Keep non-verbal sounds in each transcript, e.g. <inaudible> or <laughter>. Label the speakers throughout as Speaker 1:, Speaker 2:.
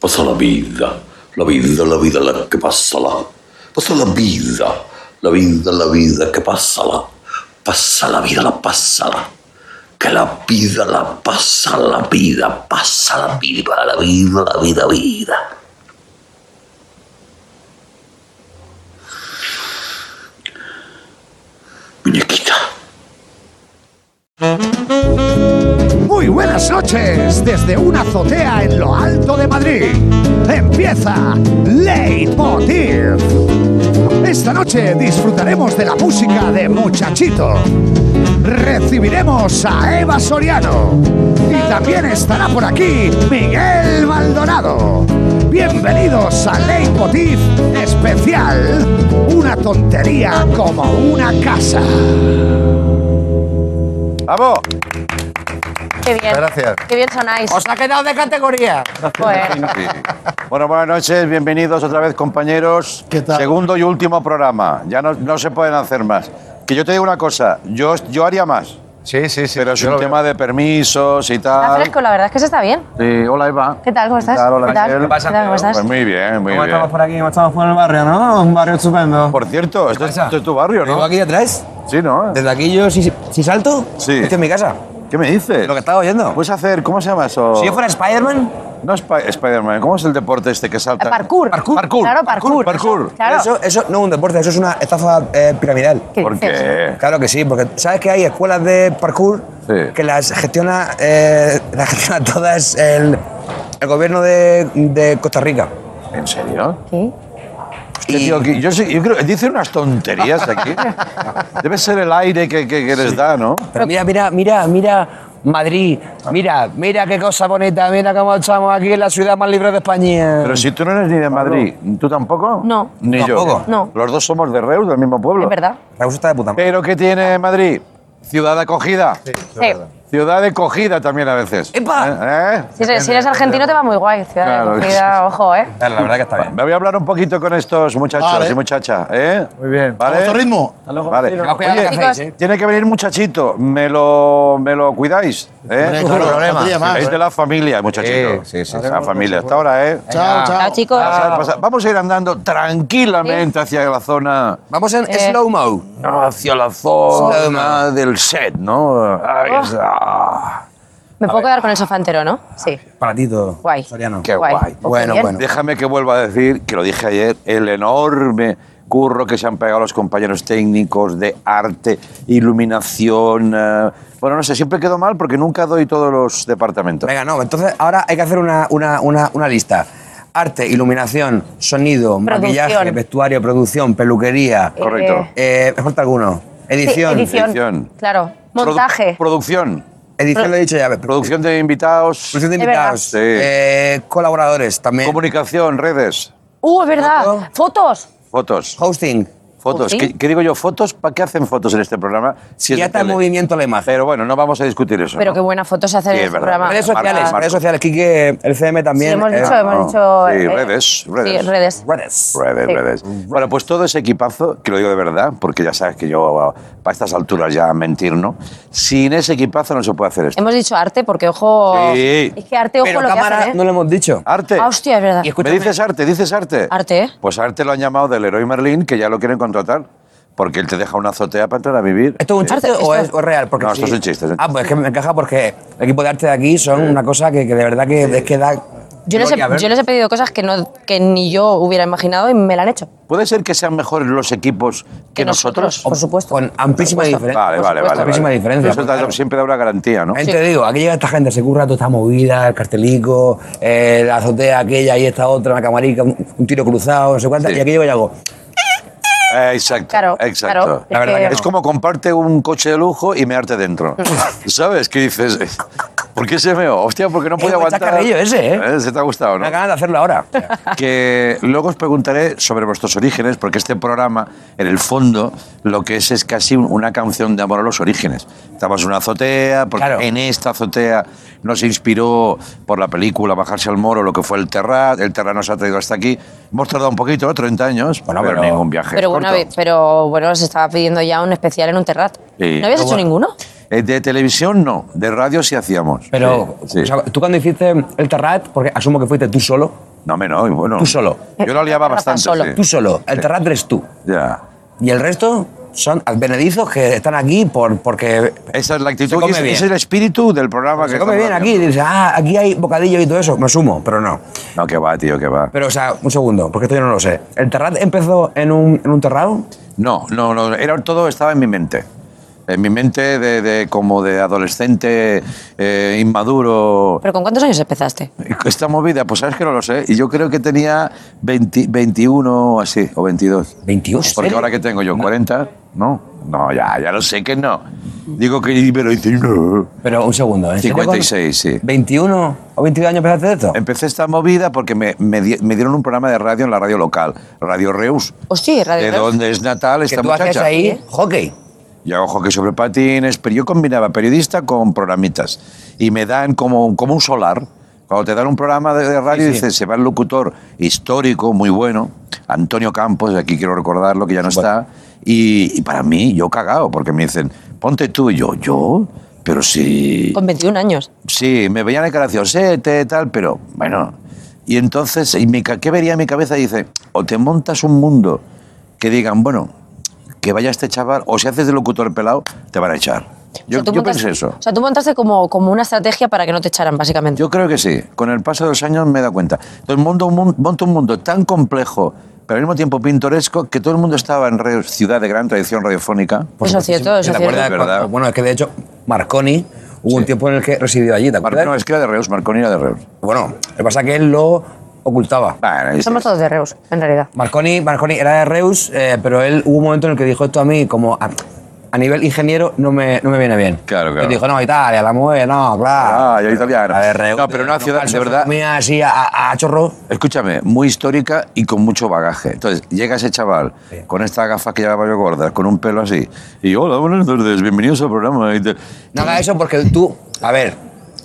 Speaker 1: Pasa la vida, la vida, la vida, la que pasa la. Pasa la vida, la vida, la vida, que pasa la. Pasa la vida, la pasa la. Que la vida, la pasa la vida, pasa la vida, la vida, la vida, vida. Muñequita.
Speaker 2: Muy buenas noches desde una azotea en lo alto de Madrid. Empieza Leitmotiv. Esta noche disfrutaremos de la música de Muchachito. Recibiremos a Eva Soriano. Y también estará por aquí Miguel Maldonado. Bienvenidos a Leitmotiv Especial. Una tontería como una casa.
Speaker 3: ¡Vamos!
Speaker 4: Qué bien.
Speaker 3: Gracias.
Speaker 4: Qué bien sonáis.
Speaker 5: Os ha quedado de categoría.
Speaker 4: Bueno,
Speaker 3: Sí. Bueno, buenas noches, bienvenidos otra vez, compañeros.
Speaker 5: ¿Qué tal?
Speaker 3: Segundo y último programa. Ya no, no se pueden hacer más. Que yo te digo una cosa, yo, yo haría más,
Speaker 6: Sí, sí, sí.
Speaker 3: pero es
Speaker 6: yo
Speaker 3: un
Speaker 6: lo
Speaker 3: tema de permisos y
Speaker 4: está
Speaker 3: tal.
Speaker 4: fresco, la verdad es que se está bien.
Speaker 3: Sí, hola, Eva.
Speaker 4: ¿Qué tal? ¿Cómo estás?
Speaker 3: ¿Qué tal? Hola,
Speaker 4: ¿Qué tal?
Speaker 3: Miguel.
Speaker 4: ¿Qué tal? ¿Cómo estás?
Speaker 3: Pues muy bien, muy
Speaker 7: ¿Cómo
Speaker 3: bien.
Speaker 7: estamos por aquí? ¿Cómo estamos por el barrio, no? Un barrio estupendo.
Speaker 3: Por cierto, esto, es-
Speaker 7: pasa?
Speaker 3: esto es tu barrio,
Speaker 7: ¿Vivo
Speaker 3: ¿no?
Speaker 7: aquí atrás?
Speaker 3: Sí, ¿no?
Speaker 7: Desde aquí yo, si, si salto,
Speaker 3: Sí. Eh. Pues
Speaker 7: estoy en mi casa.
Speaker 3: ¿Qué me dices?
Speaker 7: Lo que estaba oyendo.
Speaker 3: ¿Puedes hacer, cómo se llama eso?
Speaker 7: si yo fuera Spider-Man,
Speaker 3: No es Spider-Man, ¿cómo es el deporte este que salta?
Speaker 4: Parkour.
Speaker 3: Parkour.
Speaker 4: Claro, parkour.
Speaker 3: Parkour.
Speaker 4: Claro.
Speaker 7: eso, eso no es un deporte, eso es una estafa eh, piramidal.
Speaker 4: ¿Qué
Speaker 3: ¿Por
Speaker 4: dices?
Speaker 3: qué?
Speaker 7: Claro que sí, porque sabes que hay escuelas de parkour
Speaker 3: Eh. Sí.
Speaker 7: que las gestiona, eh, <laughs> las gestiona todas el, el gobierno de, de Costa Rica.
Speaker 3: ¿En serio?
Speaker 4: ¿Qué?
Speaker 3: Hostia, tío, que yo, sí- yo creo dice unas tonterías aquí. Debe ser el aire que, que- que les da, ¿no?
Speaker 7: Pero mira, mira, mira, mira Madrid. Mira, mira qué cosa bonita, mira cómo estamos aquí en la ciudad más libre de España.
Speaker 3: Pero si tú no eres ni de Madrid, ¿tú tampoco?
Speaker 4: No.
Speaker 3: Ni
Speaker 7: Tampoco.
Speaker 3: yo.
Speaker 4: No.
Speaker 3: Los dos somos de Reus, del mismo pueblo.
Speaker 4: Es verdad.
Speaker 7: Raúl está de puta madre.
Speaker 3: Pero ¿qué tiene Madrid? Ciudad acogida.
Speaker 4: Sí.
Speaker 3: Ciudad de cogida también a veces.
Speaker 7: ¡Epa!
Speaker 3: ¿Eh?
Speaker 4: Si, eres- si eres argentino te va muy guay. Ciudad
Speaker 3: Claro.
Speaker 4: de acogida, ojo, ¿eh?
Speaker 7: La verdad que está
Speaker 3: ¿Eh? Me voy a hablar un poquito con estos muchachos
Speaker 5: Vale.
Speaker 3: y muchachas, ¿eh?
Speaker 6: Muy bien.
Speaker 3: ¿Vale?
Speaker 6: ¿A vuestro ritmo?
Speaker 3: Vale.
Speaker 7: Cuidado, cuidado,
Speaker 3: Oye,
Speaker 7: que hacéis, ¿eh?
Speaker 3: tiene que venir muchachito. ¿Me lo, me lo cuidáis? ¿eh?
Speaker 6: Hombre, claro,
Speaker 5: problema.
Speaker 6: faltaría más.
Speaker 3: Es de la familia, muchachito.
Speaker 7: Sí, sí, sí.
Speaker 3: La familia. Hasta ahora, ¿eh?
Speaker 6: Chao, chao.
Speaker 4: Chao, chicos.
Speaker 3: Pasar, pasar. Vamos a ir andando tranquilamente hacia la zona.
Speaker 7: Vamos en
Speaker 4: Eh.
Speaker 7: slow-mo.
Speaker 3: no, hacia la zona del set, ¿no? Ahí
Speaker 4: Oh.
Speaker 3: está.
Speaker 4: Me puedo quedar con el sofá entero, ¿no? Sí.
Speaker 7: Para ti todo.
Speaker 4: Guay.
Speaker 7: Soriano.
Speaker 3: Qué guay.
Speaker 7: Bueno,
Speaker 4: bien.
Speaker 7: bueno.
Speaker 3: Déjame que vuelva a decir, que lo dije ayer, el enorme curro que se han pegado los compañeros técnicos de arte, iluminación. eh, Bueno, no sé, siempre quedo mal porque nunca doy todos los departamentos.
Speaker 4: Eh,
Speaker 7: Venga, no, entonces ahora hay que hacer una, una, una, una lista. Arte, iluminación, sonido, maquillaje,
Speaker 4: Producción.
Speaker 7: vestuario, producción, peluquería.
Speaker 4: Eh,
Speaker 3: Correcto.
Speaker 7: Eh, me falta alguno. Edición.
Speaker 4: Sí, edición.
Speaker 3: Edición.
Speaker 4: Claro.
Speaker 3: Produ-
Speaker 4: Montaje.
Speaker 3: producción.
Speaker 7: Edición lo he dicho ya. pero-
Speaker 3: Producción de invitados.
Speaker 7: Producción de
Speaker 4: Es verdad.
Speaker 7: invitados.
Speaker 3: Sí.
Speaker 7: eh, colaboradores también.
Speaker 3: Comunicación, redes,
Speaker 4: Uh, es verdad.
Speaker 7: Foto.
Speaker 4: Fotos.
Speaker 3: fotos.
Speaker 7: Hosting.
Speaker 3: Fotos.
Speaker 4: Sí.
Speaker 3: ¿Qué, qué digo yo? ¿Fotos? ¿Para qué hacen fotos en este programa? Si es
Speaker 7: y
Speaker 3: de
Speaker 7: ata en
Speaker 3: tele?
Speaker 7: movimiento la imagen.
Speaker 3: Pero bueno, no vamos a discutir eso.
Speaker 4: Pero
Speaker 3: ¿no?
Speaker 4: qué buenas fotos se hacen
Speaker 3: Sí,
Speaker 4: en
Speaker 3: es
Speaker 4: este
Speaker 3: verdad.
Speaker 4: programa.
Speaker 7: redes sociales,
Speaker 3: Marco.
Speaker 7: redes sociales. Quique, el CM
Speaker 4: Sí,
Speaker 7: también.
Speaker 4: hemos
Speaker 7: eh,
Speaker 4: dicho,
Speaker 3: no.
Speaker 4: hemos dicho.
Speaker 3: Sí,
Speaker 4: eh,
Speaker 3: redes, redes.
Speaker 4: Sí, redes.
Speaker 7: Redes.
Speaker 3: Redes,
Speaker 4: Sí.
Speaker 3: redes. Bueno, pues todo ese equipazo, que lo digo de verdad, porque ya sabes que yo para estas alturas ya mentir, ¿no? Sin ese equipazo no se puede hacer esto.
Speaker 4: Hemos dicho arte porque, ojo.
Speaker 3: Sí.
Speaker 4: Es que arte, ojo,
Speaker 7: Pero
Speaker 4: lo que
Speaker 7: cámara
Speaker 4: hacen, ¿eh?
Speaker 7: no lo hemos dicho.
Speaker 3: Arte.
Speaker 4: Ah, hostia, es verdad.
Speaker 7: Y
Speaker 3: ¿Me
Speaker 7: escúchame.
Speaker 3: dices arte? ¿Dices arte?
Speaker 4: Arte, ¿eh?
Speaker 3: Pues arte lo han llamado del héroe Merlín, que ya lo quieren contratar, porque él te deja una azotea para entrar a vivir.
Speaker 7: ¿Esto es un chiste
Speaker 4: Arte, esto-
Speaker 7: o, es, o es real? Porque
Speaker 3: No, esto es un chiste, es un
Speaker 7: Ah, pues es que me encaja porque el equipo de arte de aquí son una cosa que, que de verdad que, es que da.
Speaker 4: Yo les, he,
Speaker 7: gloria, a ver.
Speaker 4: yo les he pedido cosas que, no, que ni yo hubiera imaginado y me la han hecho.
Speaker 3: ¿Puede ser que sean mejores los equipos que,
Speaker 4: Que nosotros.
Speaker 7: Por supuesto. Con amplísima diferencia.
Speaker 3: Vale,
Speaker 7: Por
Speaker 3: vale,
Speaker 7: supuesto,
Speaker 3: vale.
Speaker 7: Amplísima
Speaker 3: vale.
Speaker 7: diferencia.
Speaker 3: Eso da-
Speaker 7: claro.
Speaker 3: siempre da una garantía, ¿no?
Speaker 7: También te digo, aquí llega esta gente, se curra toda esta movida, el cartelico, eh, la azotea aquella y esta otra, la camarica, un, un tiro cruzado, no sé cuántas,
Speaker 3: Sí.
Speaker 7: y aquí llego y hago.
Speaker 3: Eh, exacto.
Speaker 4: Claro,
Speaker 3: exacto.
Speaker 4: claro.
Speaker 7: La verdad
Speaker 4: que-
Speaker 7: que
Speaker 3: Es como comparte un coche de lujo y mearte <laughs> dentro. ¿Sabes? Que dices, eh, ¿por qué se meo? Hostia, porque no podía
Speaker 7: Eh, buen
Speaker 3: aguantar.
Speaker 7: chacarrillo ese, ¿eh?
Speaker 3: Se te ha gustado,
Speaker 7: Me da
Speaker 3: ¿no?
Speaker 7: ganas de hacerlo ahora.
Speaker 3: <laughs> Que luego os preguntaré sobre vuestros orígenes, porque este programa, en el fondo, lo que es es casi un- una canción de amor a los orígenes. Estamos en una azotea, porque
Speaker 7: Claro.
Speaker 3: en esta azotea nos inspiró por la película Bajarse al Moro, lo que fue el Terrat. El Terrat nos ha traído hasta aquí. Hemos tardado un poquito, ¿no? 30 años,
Speaker 7: Bueno,
Speaker 3: pero,
Speaker 7: pero-
Speaker 3: ningún viaje.
Speaker 4: Pero bueno,
Speaker 3: corto.
Speaker 4: ve- pero bueno, se estaba pidiendo ya un especial en un terrat.
Speaker 3: Sí.
Speaker 4: ¿No habías
Speaker 3: Pero
Speaker 4: hecho ninguno?
Speaker 3: Eh, De televisión no, de radio sí hacíamos.
Speaker 7: Pero,
Speaker 3: Sí, sí.
Speaker 7: o sea, tú cuando hiciste el Terrat, porque asumo que fuiste tú solo,
Speaker 3: No, me no, y bueno.
Speaker 7: Tú solo.
Speaker 3: Yo lo liaba
Speaker 4: Rafa,
Speaker 3: bastante.
Speaker 4: solo.
Speaker 3: sí.
Speaker 7: Tú solo. El terrat eres tú.
Speaker 3: Ya.
Speaker 7: Y el resto son advenedizos que están aquí por, porque
Speaker 3: Esa es la
Speaker 7: Se
Speaker 3: actitud,
Speaker 7: come
Speaker 3: y ese
Speaker 7: bien.
Speaker 3: es el espíritu del programa que
Speaker 7: se come
Speaker 3: estamos
Speaker 7: bien aquí.
Speaker 3: haciendo.
Speaker 7: Dices, ah, aquí hay bocadillo y todo eso. Me sumo, pero no.
Speaker 3: No, que va, tío, que va.
Speaker 7: Pero, o sea, un segundo, porque esto yo no lo sé. ¿El terrat empezó en un, en un terrado?
Speaker 3: No, no, no, era todo estaba en mi mente. En mi mente de, de- como de adolescente eh, inmaduro.
Speaker 4: ¿Pero con cuántos años empezaste?
Speaker 3: Esta movida, pues sabes que no lo sé. Y yo creo que tenía 20 21 o así, o 22.
Speaker 7: 22.
Speaker 3: Porque ahora que tengo yo 40, ¿no? No, ya, ya lo sé que no. Digo que, pero dice, no.
Speaker 7: Pero un segundo, ¿eh? ¿en serio con
Speaker 3: 56, sí.
Speaker 7: 21 o 22 años empezaste de esto?
Speaker 3: Empecé esta movida porque me, me di- me dieron un programa de radio en la radio local, Radio Reus.
Speaker 4: Hostia, Radio
Speaker 3: de
Speaker 4: Reus.
Speaker 3: donde es natal
Speaker 7: que
Speaker 3: esta
Speaker 7: tú haces
Speaker 3: muchacha.
Speaker 7: ahí hockey.
Speaker 3: Yo hago hockey sobre patines, pero yo combinaba periodista con programitas. Y me dan como, como un solar. Cuando te dan un programa de, de radio,
Speaker 7: Sí, sí.
Speaker 3: dices, se va el locutor histórico, muy bueno, Antonio Campos, aquí quiero recordarlo, que ya no está. Y, y para mí, yo cagao, porque me dicen, ponte tú. Y yo, ¿yo? Pero si...
Speaker 4: Con 21 años.
Speaker 3: Sí, me veían el caraciorsete, tal, pero bueno. Y entonces, y mi, ca- ¿qué vería en mi cabeza? Dice, o te montas un mundo que digan, bueno, que vaya este chaval, o si haces de locutor pelado, te van a echar. Yo,
Speaker 4: O sea, tú
Speaker 3: yo
Speaker 4: montaste-
Speaker 3: pensé eso.
Speaker 4: O sea, tú montaste como, como una estrategia para que no te echaran, básicamente.
Speaker 3: Yo creo que sí. Con el paso de los años me he dado cuenta. Todo el mundo, un mun- monto un mundo tan complejo, pero al mismo tiempo pintoresco, que todo el mundo estaba en Reus, ciudad de gran tradición radiofónica.
Speaker 4: eso es cierto, eso
Speaker 7: ¿Te
Speaker 4: es cierto.
Speaker 7: acuerdas
Speaker 3: Es verdad.
Speaker 7: cuando- Bueno, es que de hecho Marconi hubo un tiempo en el que residió allí, ¿te
Speaker 3: Mar-
Speaker 7: acuerdas?
Speaker 3: No, es que era de Reus, Marconi era de Reus.
Speaker 7: Bueno, lo que pasa es que él lo ocultaba.
Speaker 3: Bueno, es-
Speaker 4: Somos todos de Reus, en realidad.
Speaker 7: Marconi, Marconi era de Reus, eh, pero él hubo un momento en el que dijo esto a mí como a, a nivel ingeniero no me, no me viene bien.
Speaker 3: Claro, claro.
Speaker 7: Y dijo, no, Italia, la mueve, no, claro.
Speaker 3: Ah, yo italiano.
Speaker 7: A ver, Reus.
Speaker 3: No, pero una ciudad, de
Speaker 7: calza,
Speaker 3: verdad,
Speaker 7: Comía así a, a- a chorro.
Speaker 3: Escúchame, muy histórica y con mucho bagaje. Entonces, llega ese chaval con esta gafa que llevaba yo gorda, con un pelo así, y hola, buenas tardes, bienvenidos al programa. Y te-
Speaker 7: No haga eso porque tú, a ver,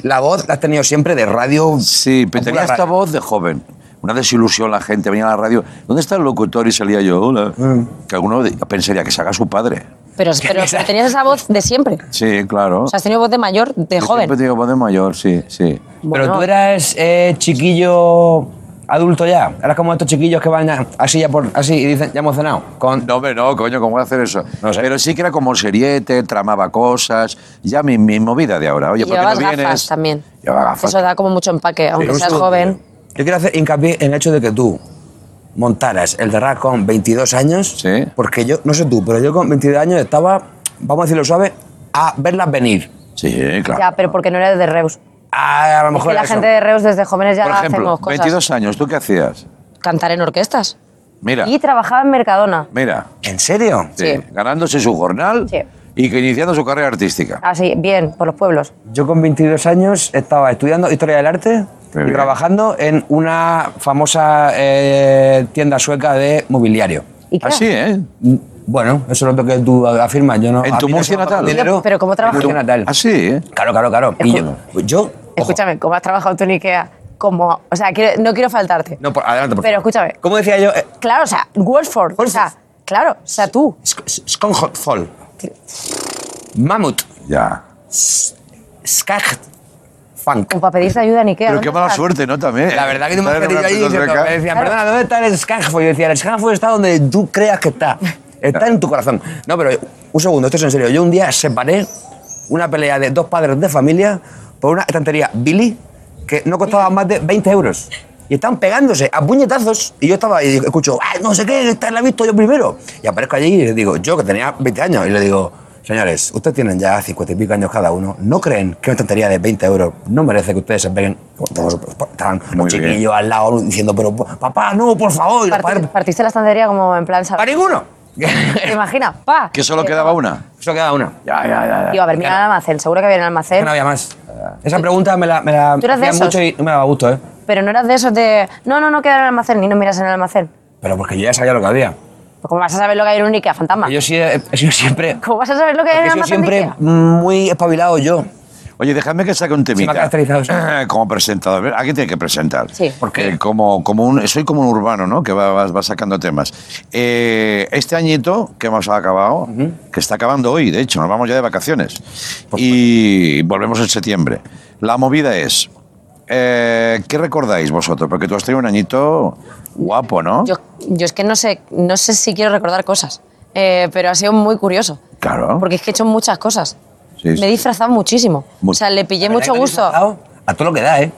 Speaker 7: la voz la has tenido siempre de radio.
Speaker 3: Sí, pero
Speaker 7: como
Speaker 3: tenía
Speaker 7: la
Speaker 3: esta
Speaker 7: radio.
Speaker 3: voz de joven. Una desilusión la gente, venía a la radio, ¿dónde está el locutor? Y salía yo, hola.
Speaker 7: Mm.
Speaker 3: Que alguno de- pensaría que se haga su padre. <laughs>
Speaker 4: Pero, pero, pero tenías esa voz de siempre.
Speaker 3: Sí, claro.
Speaker 4: O sea, has tenido voz de mayor, de
Speaker 3: Yo
Speaker 4: joven.
Speaker 3: Siempre tengo voz de mayor, sí, sí.
Speaker 7: Pero
Speaker 4: Bueno.
Speaker 7: tú eras eh, chiquillo adulto ya. Eras como estos chiquillos que van a- así ya por así y dicen, ya hemos cenado. Con,
Speaker 3: No, hombre, no, coño, ¿cómo voy a hacer eso?
Speaker 7: No sé.
Speaker 3: Pero sí que era como seriete, tramaba cosas, ya mi, mi movida de ahora. Oye,
Speaker 4: Y
Speaker 3: ¿por qué
Speaker 4: llevabas
Speaker 3: no vienes?
Speaker 4: gafas también.
Speaker 3: Llevaba gafas.
Speaker 4: Eso da como mucho empaque, aunque
Speaker 7: un
Speaker 4: seas
Speaker 7: segundo.
Speaker 4: joven.
Speaker 7: Yo quiero hacer hincapié en el hecho de que tú montaras el Terrat con 22 años.
Speaker 3: Sí.
Speaker 7: Porque yo, no sé tú, pero yo con 22 años estaba, vamos a decirlo suave, a verlas venir.
Speaker 3: Sí, claro.
Speaker 4: Ya, pero porque no eres de Reus.
Speaker 7: A, a lo
Speaker 4: Es
Speaker 7: mejor
Speaker 4: que la
Speaker 7: eso.
Speaker 4: gente de Reus desde jóvenes ya
Speaker 3: Por ejemplo,
Speaker 4: hacemos cosas.
Speaker 3: 22 años, ¿tú qué hacías?
Speaker 4: Cantar en orquestas.
Speaker 3: Mira,
Speaker 4: Y trabajaba en Mercadona.
Speaker 3: mira,
Speaker 7: ¿En serio?
Speaker 3: sí,
Speaker 4: Sí.
Speaker 3: ganándose su jornal
Speaker 4: Sí. Ah,
Speaker 3: y que iniciando su carrera artística.
Speaker 4: Así, bien, por los pueblos.
Speaker 7: Yo con 22 años estaba estudiando historia del arte
Speaker 3: Muy
Speaker 7: y
Speaker 3: bien.
Speaker 7: trabajando en una famosa eh, tienda sueca de mobiliario.
Speaker 4: ¿Y qué?
Speaker 3: Así, ¿eh?
Speaker 7: Mm, Bueno, eso es lo que tú afirmas. Yo no,
Speaker 3: ¿En
Speaker 7: a
Speaker 3: tu
Speaker 7: mí no
Speaker 3: Murcia
Speaker 7: se me ha
Speaker 3: natal?
Speaker 7: pagado dinero.
Speaker 4: Pero ¿cómo trabajas?
Speaker 7: En Murcia natal.
Speaker 3: Así, ¿eh?
Speaker 7: Claro, claro, claro. Y yo,
Speaker 4: Escu-
Speaker 7: yo, ojo,
Speaker 4: Escúchame, ¿cómo has trabajado tú en Ikea? Como, o sea, quiero- no quiero faltarte.
Speaker 7: No, por- adelante, por
Speaker 4: Pero
Speaker 7: favor.
Speaker 4: escúchame.
Speaker 7: ¿Cómo decía yo? Eh,
Speaker 4: Claro, o sea, Wolford. O sea, claro, o sea, tú.
Speaker 7: Sk- Sk- Skonhofol. Mamut.
Speaker 3: Ya.
Speaker 7: Skagt. Funk.
Speaker 4: Como para pedirte ayuda en Ikea.
Speaker 3: Pero
Speaker 4: ¿dónde
Speaker 3: qué mala
Speaker 4: estás?
Speaker 3: suerte, ¿no? También.
Speaker 7: La verdad que tú me has
Speaker 3: Estar en
Speaker 7: metido
Speaker 3: una
Speaker 7: ahí diciendo,
Speaker 3: biblioteca.
Speaker 7: me decían,
Speaker 4: Claro.
Speaker 7: perdona, ¿dónde está el Skanfo? Yo decía, el Skanfo está donde tú creas que está. Está en tu corazón. No, pero un segundo, esto es en serio. Yo un día separé una pelea de dos padres de familia por una estantería Billy que no costaba más de 20 euros. Y estaban pegándose a puñetazos. Y yo estaba y escucho, "Ah, no sé qué, esta la he visto yo primero. Y aparezco allí y le digo, yo que tenía 20 años, y le digo, señores, ustedes tienen ya 50 y pico años cada uno, ¿no creen que una estantería de 20 euros no merece que ustedes se peguen? Todos Estaban
Speaker 3: Muy
Speaker 7: los
Speaker 3: bien.
Speaker 7: chiquillos al lado diciendo, pero papá, no, por favor. Y los
Speaker 4: Parti-
Speaker 7: padres,
Speaker 4: partiste la estantería como en plan,
Speaker 7: ¡Para
Speaker 4: ¿sabes?
Speaker 7: ninguno! <laughs>
Speaker 4: ¿Te imaginas? ¡Pa!
Speaker 3: Que solo
Speaker 4: Eh,
Speaker 3: quedaba una.
Speaker 7: Eso queda una.
Speaker 3: Ya, ya, ya. ya.
Speaker 4: Digo, a ver, mira el almacén, seguro que había en el
Speaker 7: Que
Speaker 4: almacén.
Speaker 7: No había más. Esa pregunta me la, me la
Speaker 4: ¿Tú eras de
Speaker 7: hacían
Speaker 4: esos?
Speaker 7: mucho y no me daba gusto, ¿eh?
Speaker 4: Pero no eras de esos de, no, no, no queda en el almacén, ni no miras en el almacén.
Speaker 7: Pero porque yo ya sabía lo que había.
Speaker 4: Pues ¿Cómo vas a saber lo que hay en un Ikea fantasma?
Speaker 7: Yo sí he, he sido siempre...
Speaker 4: ¿Cómo vas a saber lo que hay en
Speaker 7: He
Speaker 4: el
Speaker 7: sido
Speaker 4: almacén de
Speaker 7: siempre
Speaker 4: Ikea?
Speaker 7: muy espabilado yo.
Speaker 3: Oye, déjame que saque un temita.
Speaker 7: caracterizado eso.
Speaker 3: <laughs> Como presentador. ¿ver? Alguien tiene que presentar.
Speaker 4: Sí.
Speaker 7: ¿Por qué?
Speaker 3: Eh, como, como un, soy como un urbano, ¿no? Que va, va- va sacando temas. Eh, este añito que hemos acabado, que está acabando hoy, de hecho, nos
Speaker 7: Pues
Speaker 3: vamos ya de vacaciones. y volvemos en septiembre. La movida es eh, ¿qué recordáis vosotros? Porque tú has tenido un añito guapo, ¿no?
Speaker 4: Yo, yo es que no sé, no sé si quiero recordar cosas, eh, pero ha sido muy curioso.
Speaker 3: Claro.
Speaker 4: Porque es que he hecho muchas cosas.
Speaker 3: Sí,
Speaker 4: Me
Speaker 3: sí.
Speaker 4: he disfrazado muchísimo.
Speaker 3: Mu-
Speaker 4: o sea, le pillé
Speaker 7: La verdad
Speaker 4: mucho
Speaker 7: que
Speaker 4: gusto.
Speaker 7: disfrazado A todo lo que da, ¿eh?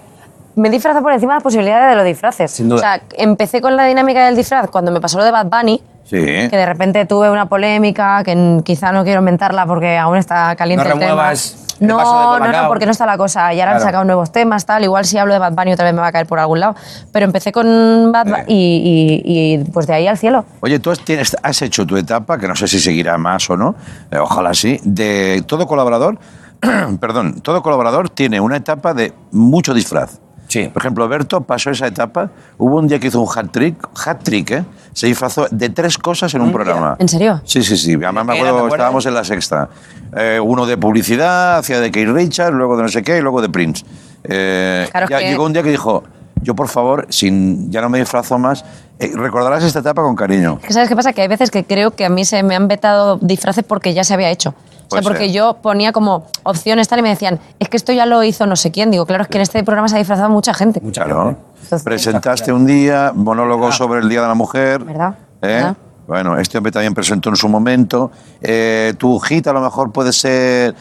Speaker 4: Me he disfrazado por encima de las posibilidades de los disfraces.
Speaker 7: Sin duda.
Speaker 4: O sea, empecé con la dinámica del disfraz cuando me pasó lo de Bad Bunny,
Speaker 3: Sí.
Speaker 4: que de repente tuve una polémica que n- quizá no quiero mentarla porque aún está caliente el
Speaker 7: No
Speaker 4: tema.
Speaker 7: remuevas el
Speaker 4: No,
Speaker 7: vaso de
Speaker 4: no,
Speaker 7: Colacao.
Speaker 4: no, porque no está la cosa. Y ahora
Speaker 7: Claro.
Speaker 4: han sacado nuevos temas, tal. Igual si hablo de Bad Bunny otra vez me va a caer por algún lado. Pero empecé con Bad Bunny y, y- y, pues de ahí al cielo.
Speaker 3: Oye, tú has, tienes- has hecho tu etapa, que no sé si seguirá más o no, eh, ojalá sí, de todo colaborador, <clears throat> perdón, todo colaborador tiene una etapa de mucho disfraz.
Speaker 7: Sí.
Speaker 3: Por ejemplo, Berto pasó esa etapa, hubo un día que hizo un hat-trick, hat-trick, ¿eh? Se disfrazó de tres cosas en un programa.
Speaker 4: ¿En serio?
Speaker 3: Sí, sí, sí. Además me
Speaker 7: ¿Qué era,
Speaker 3: acuerdo,
Speaker 7: te acuerdas?
Speaker 3: estábamos en la sexta. Eh, uno de publicidad, hacía de Keith Richards, luego de no sé qué, y luego de Prince. Eh,
Speaker 4: Claro, es
Speaker 3: ya
Speaker 4: que-
Speaker 3: Llegó un día que dijo, yo por favor, sin, ya no me disfrazo más, Eh, recordarás esta etapa con cariño.
Speaker 4: Es que, ¿Sabes qué pasa? Que hay veces que creo que a mí se me han vetado disfraces porque ya se había hecho. O sea,
Speaker 3: Puede
Speaker 4: porque
Speaker 3: ser.
Speaker 4: yo ponía como opciones tal y me decían, es que esto ya lo hizo no sé quién. Digo, claro, es que en este programa se ha disfrazado mucha gente.
Speaker 3: Claro.
Speaker 4: Entonces-
Speaker 3: Presentaste un día, monólogo sobre el Día de la Mujer.
Speaker 4: Ah. ¿Verdad?
Speaker 3: ¿eh?
Speaker 4: ¿Verdad?
Speaker 3: Bueno, este hombre también presentó en su momento. Eh, tu hijita a lo mejor puede ser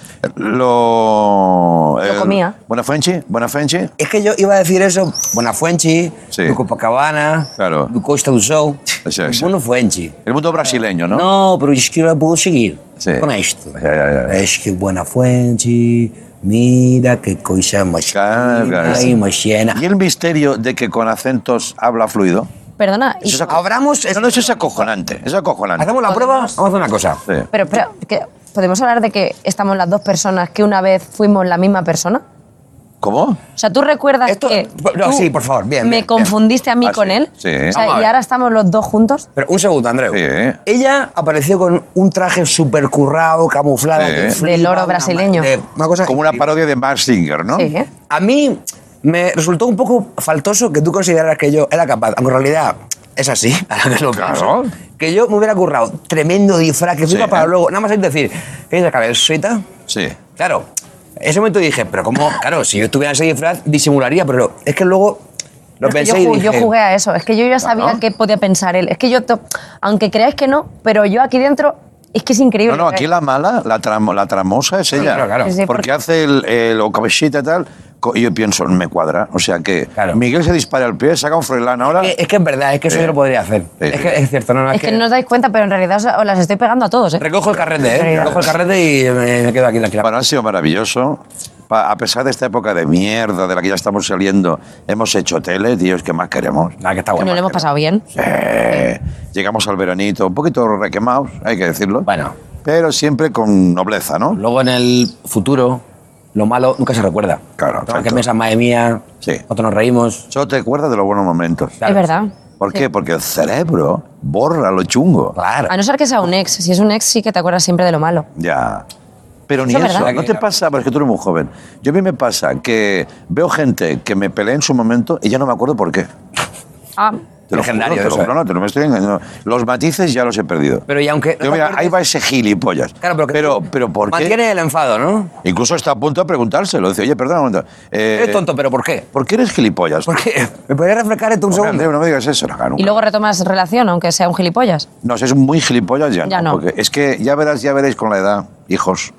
Speaker 3: lo... el-
Speaker 4: comía.
Speaker 3: Buenafuente, Buenafuente.
Speaker 7: Es que yo iba a decir eso, Buenafuenchi,
Speaker 3: Sí.
Speaker 7: sí. Copacabana,
Speaker 3: Claro.
Speaker 7: tu Costa do Sol.
Speaker 3: Sí, sí.
Speaker 7: Buenafuenchi.
Speaker 3: El mundo brasileño, ¿no?
Speaker 7: No, pero es que lo puedo seguir
Speaker 3: Sí.
Speaker 7: con esto.
Speaker 3: Ya, ya, ya.
Speaker 7: Es que Buenafuenchi, mira qué cosa más
Speaker 3: Claro, claro.
Speaker 7: fina y más llena.
Speaker 3: Y el misterio de que con acentos habla fluido.
Speaker 4: Perdona. y-
Speaker 3: Eso es acojonante.
Speaker 7: Abramos.
Speaker 3: No, no, eso es acojonante. Es acojonante.
Speaker 7: Hacemos la prueba, vamos a hacer una cosa.
Speaker 3: Sí.
Speaker 4: Pero, pero, que ¿podemos hablar de que estamos las dos personas que una vez fuimos la misma persona?
Speaker 3: ¿Cómo?
Speaker 4: O sea, ¿tú recuerdas
Speaker 7: Esto-
Speaker 4: que
Speaker 7: no,
Speaker 4: tú
Speaker 7: sí, por favor, bien,
Speaker 4: Eh, uh, me
Speaker 7: bien, bien.
Speaker 4: confundiste a mí
Speaker 3: Ah,
Speaker 4: con
Speaker 3: sí,
Speaker 4: él?
Speaker 3: sí.
Speaker 4: O
Speaker 3: Vamos
Speaker 7: a
Speaker 4: sea,
Speaker 7: ver.
Speaker 4: y ahora estamos los dos juntos.
Speaker 7: Pero un segundo, Andreu.
Speaker 3: Sí.
Speaker 7: Ella apareció con un traje súper currado, camuflado.
Speaker 3: Sí.
Speaker 7: que
Speaker 3: Del
Speaker 7: flipa,
Speaker 4: oro
Speaker 7: una
Speaker 4: brasileño.
Speaker 7: ma- de- Una cosa
Speaker 3: Como una parodia de Max Singer, ¿no?
Speaker 4: Sí, ¿eh?
Speaker 7: A mí me resultó un poco faltoso que tú consideraras que yo era capaz, aunque en realidad es así, <laughs> ahora que lo
Speaker 3: Claro.
Speaker 7: pienso, que yo me hubiera currado tremendo disfraz que flipa
Speaker 3: Sí.
Speaker 7: para luego, nada más es decir, que esa cabecita,
Speaker 3: Sí.
Speaker 7: claro, en ese momento dije, pero como, claro, si yo estuviera en ese disfraz disimularía, pero es que luego
Speaker 4: Pero
Speaker 7: lo
Speaker 4: es que
Speaker 7: pensé
Speaker 4: yo,
Speaker 7: y
Speaker 4: ju-
Speaker 7: dije, "Ah,
Speaker 4: yo jugué a eso. Es que yo ya sabía
Speaker 3: Claro.
Speaker 4: que podía pensar él. Es que yo, to- aunque creáis que no, pero yo aquí dentro es que es increíble.
Speaker 3: No, no, aquí la mala, la, tramo- la tramosa es ella.
Speaker 7: claro, claro.
Speaker 4: Sí, sí, porque-
Speaker 3: porque hace el, el o cabecita y tal, co- y yo pienso, me cuadra. O sea que
Speaker 7: Claro.
Speaker 3: Miguel se dispara al pie, saca un freelán ahora.
Speaker 7: "Ah, "Es que- es que es verdad, es que eso
Speaker 3: Sí.
Speaker 7: yo lo podría hacer.
Speaker 3: Sí,
Speaker 7: es
Speaker 3: sí.
Speaker 7: que es cierto, no, no,
Speaker 4: Es que no os dais cuenta, pero en realidad os, os las estoy pegando a todos, ¿eh?
Speaker 7: Recojo el carrete,
Speaker 4: Sí,
Speaker 7: ¿eh?
Speaker 4: ya.
Speaker 7: Recojo el carrete y me me quedo aquí tranquila.
Speaker 3: Bueno, ha sido maravilloso. Pa- a pesar de esta época de mierda de la que ya estamos saliendo, hemos hecho tele, tío, es que más queremos.
Speaker 7: Nada, que está
Speaker 4: Y
Speaker 7: bueno.
Speaker 4: nos lo hemos pasado bien.
Speaker 3: Sí. Eh, Llegamos al veranito, un poquito requemados, hay que decirlo.
Speaker 7: Bueno.
Speaker 3: Pero siempre con nobleza, ¿no?
Speaker 7: Luego en el futuro, lo malo nunca se recuerda.
Speaker 3: Claro,
Speaker 7: Tengo que
Speaker 3: exacto.
Speaker 7: pensar, madre mía,
Speaker 3: Sí.
Speaker 7: nosotros nos reímos.
Speaker 3: Solo te acuerdas de los buenos momentos.
Speaker 7: Claro.
Speaker 4: Es verdad.
Speaker 3: ¿Por qué? Porque el cerebro borra lo chungo.
Speaker 7: Claro.
Speaker 4: A no ser que sea un ex. Si es un ex, sí que te acuerdas siempre de lo malo.
Speaker 3: Ya. Pero ni
Speaker 4: Eso
Speaker 3: eso,
Speaker 4: es verdad.
Speaker 3: ¿no te pasa? Porque tú eres muy joven. Yo a mí me pasa que veo gente que me pelea en su momento y ya no me acuerdo por qué.
Speaker 4: Ah,
Speaker 3: Te lo
Speaker 7: Legendario
Speaker 3: juro, te lo
Speaker 7: eso,
Speaker 3: juro,
Speaker 7: ¿eh?
Speaker 3: no, te lo me estoy engañando. Los matices ya los he perdido.
Speaker 7: Pero y aunque.
Speaker 3: Digo, mira, ahí va ese gilipollas.
Speaker 7: Claro, pero, que
Speaker 3: pero,
Speaker 7: tú
Speaker 3: pero ¿por qué?
Speaker 7: Mantiene el enfado, ¿no?
Speaker 3: Incluso está a punto de preguntárselo. Dice, oye, perdona un momento. eh,
Speaker 7: Eres tonto, pero ¿por qué?
Speaker 3: ¿Por qué eres gilipollas?
Speaker 7: ¿Por qué? ¿Me podrías refrescar esto un
Speaker 3: Hombre, Andreu,
Speaker 7: segundo?
Speaker 3: no me digas eso. No, nunca.
Speaker 4: y luego retomas relación, aunque sea un gilipollas.
Speaker 3: No, si es muy gilipollas ya.
Speaker 4: Ya no.
Speaker 3: Porque es que ya verás, ya veréis con la edad,
Speaker 4: <laughs>
Speaker 3: hijos,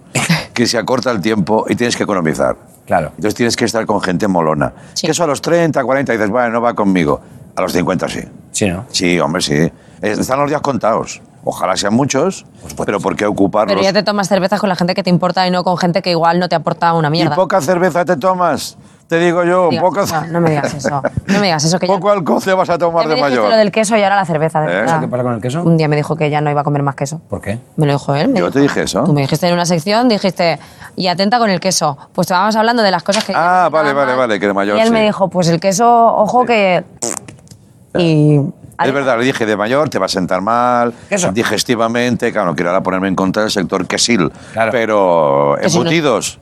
Speaker 3: que se acorta el tiempo y tienes que economizar.
Speaker 7: Claro.
Speaker 3: Entonces tienes que estar con gente molona.
Speaker 4: Sí.
Speaker 3: Que eso a los 30, 40 dices, bueno, no va conmigo. A los 50 sí.
Speaker 7: Sí, ¿no?
Speaker 3: Sí, hombre, sí. Eh, Están los días contados. Ojalá sean muchos, pero ¿por qué
Speaker 4: Pero
Speaker 3: ocuparlos?
Speaker 4: ya te tomas cervezas con la gente que te importa y no con gente que igual no te aporta una
Speaker 3: y
Speaker 4: mierda.
Speaker 3: poca cerveza te tomas. Te digo yo,
Speaker 4: Diga-
Speaker 3: poca
Speaker 4: no, no me digas eso. No me digas eso. Que
Speaker 3: <laughs>
Speaker 4: ya-
Speaker 3: Poco alcohol te vas a
Speaker 4: Ya
Speaker 3: tomar
Speaker 4: me
Speaker 3: de
Speaker 4: dijiste
Speaker 3: mayor.
Speaker 4: lo del queso y ahora la cerveza. de
Speaker 3: ¿Eh?
Speaker 4: verdad.
Speaker 7: ¿Qué pasa con el queso?
Speaker 4: Ah. Un día me dijo que ya no iba a comer más queso.
Speaker 7: ¿Por qué?
Speaker 4: Me lo dijo él. me
Speaker 3: Yo
Speaker 4: dijo-
Speaker 3: te dije eso.
Speaker 4: Tú me dijiste en una sección, dijiste, y atenta con el queso. Pues estábamos hablando de las cosas que...
Speaker 3: Ah,
Speaker 4: ya
Speaker 3: vale,
Speaker 4: estaban
Speaker 3: vale,
Speaker 4: mal.
Speaker 3: vale, que de mayor
Speaker 4: Y él
Speaker 3: sí.
Speaker 4: me dijo, pues el queso, ojo que... Y...
Speaker 3: Es verdad, le dije de mayor, te va a sentar mal,
Speaker 7: Eso.
Speaker 3: digestivamente, claro, no quiero ahora ponerme en contra del sector quesil,
Speaker 7: Claro.
Speaker 3: pero
Speaker 4: Que si no-
Speaker 3: embutidos.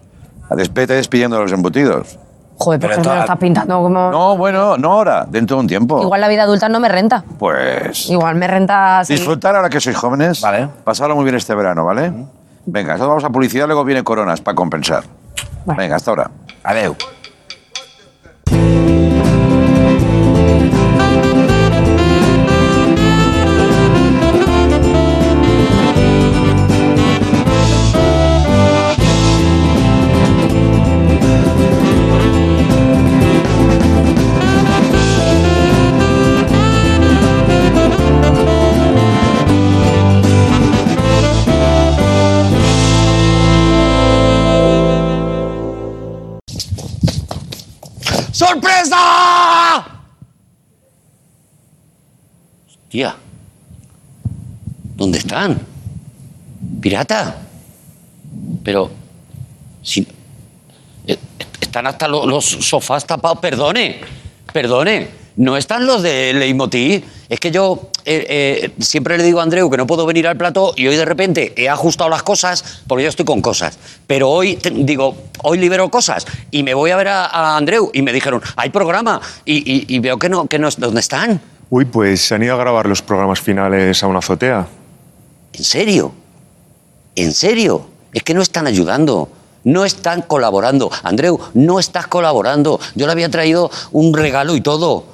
Speaker 3: Des- Vete despidiendo de los embutidos.
Speaker 4: Joder, pero
Speaker 7: Pero
Speaker 4: me
Speaker 7: esto-
Speaker 4: lo estás pintando como...
Speaker 3: No, bueno, no ahora, dentro de un tiempo.
Speaker 4: Igual la vida adulta no me renta.
Speaker 3: Pues
Speaker 4: Igual me renta... seguir-
Speaker 3: disfrutar ahora que sois jóvenes.
Speaker 7: Vale.
Speaker 3: Pasarlo muy bien este verano, ¿vale? Venga, nosotros vamos a publicidad, luego viene Coronas para compensar.
Speaker 4: Vale.
Speaker 3: Venga, hasta ahora.
Speaker 7: Adeu.
Speaker 5: Hostia. ¿Dónde están? Pirata. Pero. Si, eh, están hasta lo- los sofás tapados. Perdone, perdone. No están los de Leitmotiv. Es que yo eh, eh, siempre le digo a Andreu que no puedo venir al plato y hoy de repente he ajustado las cosas porque yo estoy con cosas. Pero hoy te- digo, hoy libero cosas y me voy a ver a, a Andreu y me dijeron, hay programa y, y- y veo que no, que no es- ¿Dónde están?
Speaker 6: Uy, pues se han ido a grabar los programas finales a una azotea.
Speaker 5: ¿En serio? ¿En serio? Es que no están ayudando. No están colaborando. Andreu, no estás colaborando. Yo le había traído un regalo y todo.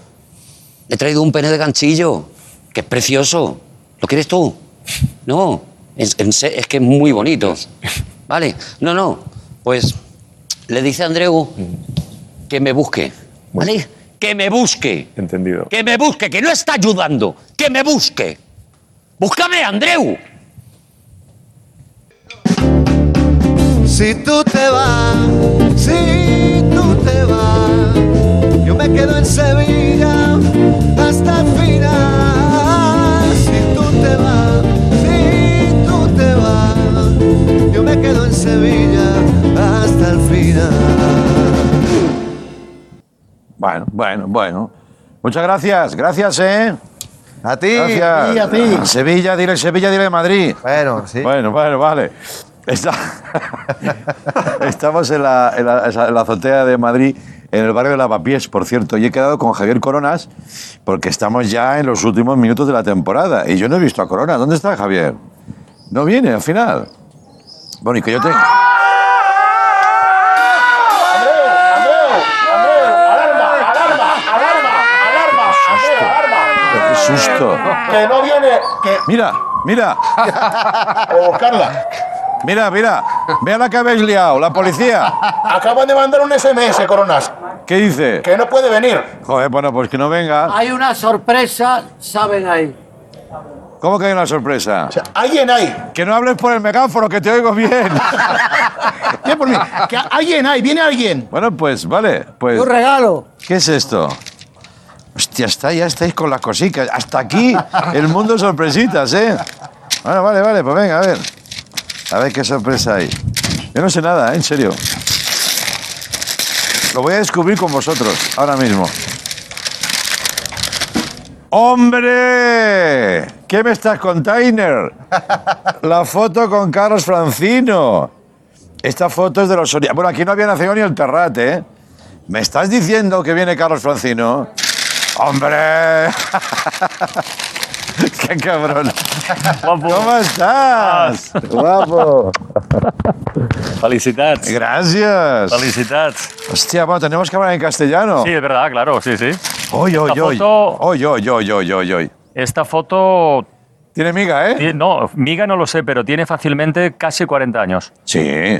Speaker 5: Le he traído un pene de ganchillo, que es precioso. ¿Lo quieres tú? No, es, en se- es que es muy bonito. Vale, no, no. Pues le dice a Andreu que me busque. ¿Vale? Que me busque.
Speaker 6: Entendido.
Speaker 5: Que me busque, que no está ayudando. Que me busque. Búscame, Andreu.
Speaker 8: Si tú te vas, si tú te vas, yo me quedo en Sevilla hasta el final. Si tú te vas, si tú te vas, yo me quedo en Sevilla hasta el final.
Speaker 3: Bueno, bueno, bueno. Muchas gracias, gracias, ¿eh?
Speaker 8: A ti,
Speaker 3: Gracias.
Speaker 8: y a ti.
Speaker 3: Sevilla, dile Sevilla, dile Madrid.
Speaker 8: Bueno, sí.
Speaker 3: Bueno, bueno, vale. Está- <laughs> Estamos en la, en la- en la azotea de Madrid, en el barrio de Lavapiés, por cierto, y he quedado con Javier Coronas porque estamos ya en los últimos minutos de la temporada y yo no he visto a Corona. ¿Dónde está Javier? No viene al final. Bueno, y que yo tengo. ¡Qué susto!
Speaker 9: Que no viene que,
Speaker 3: Mira,
Speaker 9: <laughs>
Speaker 3: mira,
Speaker 9: a buscarla.
Speaker 3: mira, mira. Vea la que habéis liado, la policía.
Speaker 9: Acaban de mandar un SMS, Coronas,
Speaker 3: ¿Qué dice?
Speaker 9: que no puede venir.
Speaker 3: Joder, bueno, pues que no venga.
Speaker 10: Hay una sorpresa, saben ahí.
Speaker 3: ¿Cómo que hay una sorpresa?
Speaker 9: O sea, alguien hay.
Speaker 3: Que no hables por el megáfono, que te oigo bien.
Speaker 9: Bien por mí. Que alguien hay, viene alguien.
Speaker 3: bueno, pues vale, pues.
Speaker 10: Un regalo.
Speaker 3: ¿Qué es esto? Hostia, está, ya estáis con las cositas.
Speaker 10: <laughs>
Speaker 3: Hasta aquí el mundo sorpresitas, ¿eh? Bueno, vale, vale, pues venga, a ver. A ver qué sorpresa hay. Yo no sé nada, ¿eh? en serio. Lo voy a descubrir con vosotros, ahora mismo. ¡Hombre! ¿Qué me estás container? <laughs> La foto con Carlos Francino. Esta foto es de los Soria. Bueno, aquí no había nacido ni el Terrate, ¿eh? ¿Me estás diciendo que viene Carlos Francino? ¡Hombre! <laughs> ¡Qué cabrón! ¿Cómo estás? Guapo.
Speaker 11: Felicitats.
Speaker 3: Gracias.
Speaker 11: Felicitats.
Speaker 3: Hostia, bueno, tenemos que hablar en castellano.
Speaker 11: Sí, es verdad, claro, sí, sí.
Speaker 3: Oy, oy,
Speaker 11: Esta
Speaker 3: oy.
Speaker 11: foto-
Speaker 3: Oy, oy, oy, oy, oy, oy.
Speaker 11: Esta foto,
Speaker 3: Tiene miga, ¿eh?
Speaker 11: tie- no, miga no lo sé, pero tiene fácilmente casi 40 años.
Speaker 3: Sí.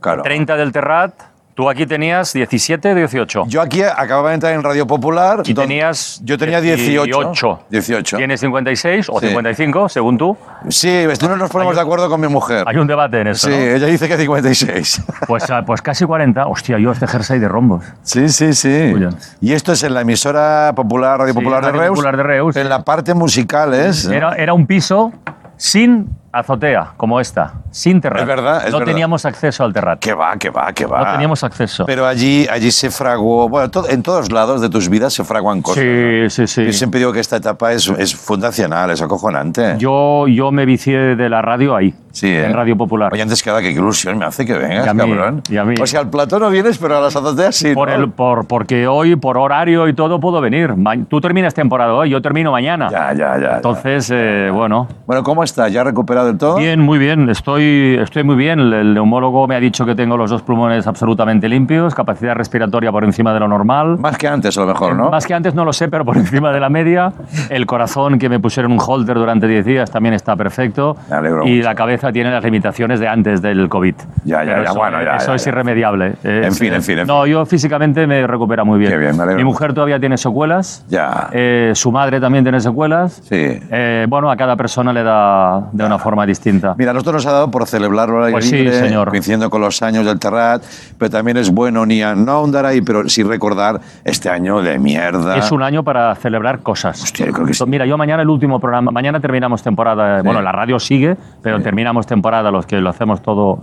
Speaker 3: Claro.
Speaker 11: 30 del Terrat, tú aquí tenías 17, 18.
Speaker 3: Yo aquí acababa de entrar en Radio Popular.
Speaker 11: Y
Speaker 3: don-
Speaker 11: tenías
Speaker 3: Yo tenía 18. 18.
Speaker 11: Tienes 56 o
Speaker 3: Sí.
Speaker 11: 55, según tú.
Speaker 3: Sí, no nos ponemos
Speaker 11: Hay un-
Speaker 3: de acuerdo con mi mujer.
Speaker 11: Hay un debate en eso,
Speaker 3: Sí,
Speaker 11: ¿no?
Speaker 3: ella dice que 56.
Speaker 11: Pues, ah, pues casi 40. Hostia, yo este jersey de rombos.
Speaker 3: <laughs> Sí, sí, sí.
Speaker 11: Muy bien.
Speaker 3: Y esto es en la emisora popular, Radio
Speaker 11: Sí,
Speaker 3: Popular,
Speaker 11: Radio
Speaker 3: de Reus,
Speaker 11: Popular de Reus.
Speaker 3: En la parte musical es.
Speaker 11: Era, era un piso sin azotea, como esta, sin terrat.
Speaker 3: Es verdad, es
Speaker 11: no
Speaker 3: verdad.
Speaker 11: teníamos acceso al terrat.
Speaker 3: Que va, que va, que va.
Speaker 11: No teníamos acceso.
Speaker 3: Pero allí, allí se fraguó. Bueno, to- en todos lados de tus vidas se fraguan cosas.
Speaker 11: sí, sí, sí.
Speaker 3: Yo siempre digo que esta etapa es, es fundacional, es acojonante.
Speaker 11: Yo, yo me vicié de la radio ahí,
Speaker 3: Sí, ¿eh?
Speaker 11: en Radio Popular.
Speaker 3: Oye, antes que nada, qué ilusión me hace que vengas,
Speaker 11: Y a mí,
Speaker 3: cabrón.
Speaker 11: y a mí.
Speaker 3: O sea, al plató no vienes, pero a las azoteas sí.
Speaker 11: por
Speaker 3: ¿no?
Speaker 11: el, por, porque hoy, por horario y todo, puedo venir. Ma- Tú terminas temporada hoy, yo termino mañana.
Speaker 3: Ya, ya, ya, ya.
Speaker 11: Entonces, eh, bueno,
Speaker 3: Bueno, ¿cómo está? ¿Ya recuperado el todo?
Speaker 11: bien, muy bien, estoy, estoy muy bien. El, el neumólogo me ha dicho que tengo los dos pulmones absolutamente limpios, capacidad respiratoria por encima de lo normal.
Speaker 3: Más que antes, a lo mejor, ¿no?
Speaker 11: Más que antes no lo sé, pero por <laughs> encima de la media. El corazón que me pusieron un holter durante 10 días también está perfecto.
Speaker 3: Me alegro
Speaker 11: y
Speaker 3: mucho.
Speaker 11: la cabeza tiene las limitaciones de antes del COVID.
Speaker 3: Ya, ya,
Speaker 11: Pero
Speaker 3: ya,
Speaker 11: eso,
Speaker 3: bueno, ya,
Speaker 11: Eso
Speaker 3: ya,
Speaker 11: es
Speaker 3: ya.
Speaker 11: irremediable.
Speaker 3: En
Speaker 11: Es-
Speaker 3: fin, en fin, en
Speaker 11: No, yo físicamente me recupera muy bien.
Speaker 3: Qué bien, me alegro
Speaker 11: Mi mujer todavía tiene secuelas.
Speaker 3: Ya.
Speaker 11: Eh, su madre también tiene secuelas.
Speaker 3: Sí.
Speaker 11: Eh, bueno, a cada persona le da de una forma distinta.
Speaker 3: Mira, a nosotros nos ha dado por celebrarlo al aire
Speaker 11: Pues sí,
Speaker 3: libre,
Speaker 11: señor.
Speaker 3: coincidiendo con los años del Terrat, pero también es bueno ni a- no ahondar ahí, pero sí recordar este año de mierda.
Speaker 11: Es un año para celebrar cosas. Entonces, Pues Mira, yo mañana el último programa, mañana terminamos temporada, eh, bueno, la radio sigue, pero terminamos temporada los que lo hacemos todo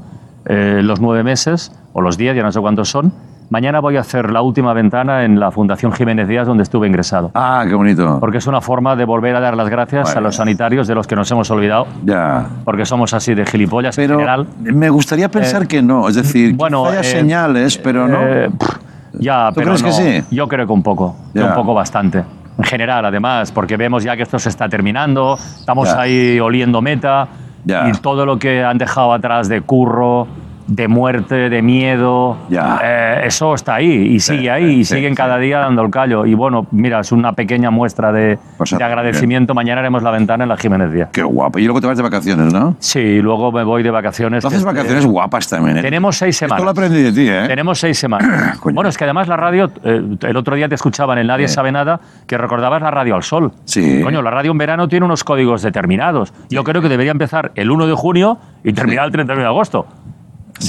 Speaker 11: eh, los nueve meses o los diez, ya no sé cuántos son. Mañana voy a hacer la última ventana en la Fundación Jiménez Díaz donde estuve ingresado.
Speaker 3: Ah, qué bonito.
Speaker 11: Porque es una forma de volver a dar las gracias a los sanitarios de los que nos hemos olvidado.
Speaker 3: Ya.
Speaker 11: Porque somos así de gilipollas en general.
Speaker 3: Me gustaría pensar
Speaker 11: Eh,
Speaker 3: que no, es decir,
Speaker 11: bueno,
Speaker 3: bueno, haya
Speaker 11: eh,
Speaker 3: señales, pero no.
Speaker 11: eh, pff, ya,
Speaker 3: ¿Tú
Speaker 11: pero
Speaker 3: crees que
Speaker 11: no. Yo creo que un poco, que
Speaker 3: Ya.
Speaker 11: un poco bastante. En general, además, porque vemos ya que esto se está terminando, estamos
Speaker 3: Ya.
Speaker 11: ahí oliendo meta y todo lo que han dejado atrás de curro, de muerte, de miedo, eh, eso está ahí y sigue ahí y siguen cada día dando el callo. Y bueno, mira, es una pequeña muestra de,
Speaker 3: Pues
Speaker 11: de agradecimiento. Mañana haremos la ventana en la Jiménez Díaz.
Speaker 3: Qué guapo. Y luego te vas de vacaciones, ¿no?
Speaker 11: Sí, y luego me voy de vacaciones.
Speaker 3: Tú haces
Speaker 11: que-
Speaker 3: vacaciones guapas también, ¿eh?
Speaker 11: Tenemos seis semanas.
Speaker 3: Esto lo aprendí de ti, ¿eh?
Speaker 11: Tenemos seis
Speaker 3: <clears throat>
Speaker 11: semanas. bueno, es que además la radio, eh, el otro día te escuchaban en Nadie sabe nada, que recordabas la radio al sol.
Speaker 3: Sí.
Speaker 11: Coño, la radio en verano tiene unos códigos determinados. Yo creo que debería empezar el 1 de junio y terminar el 31 de agosto.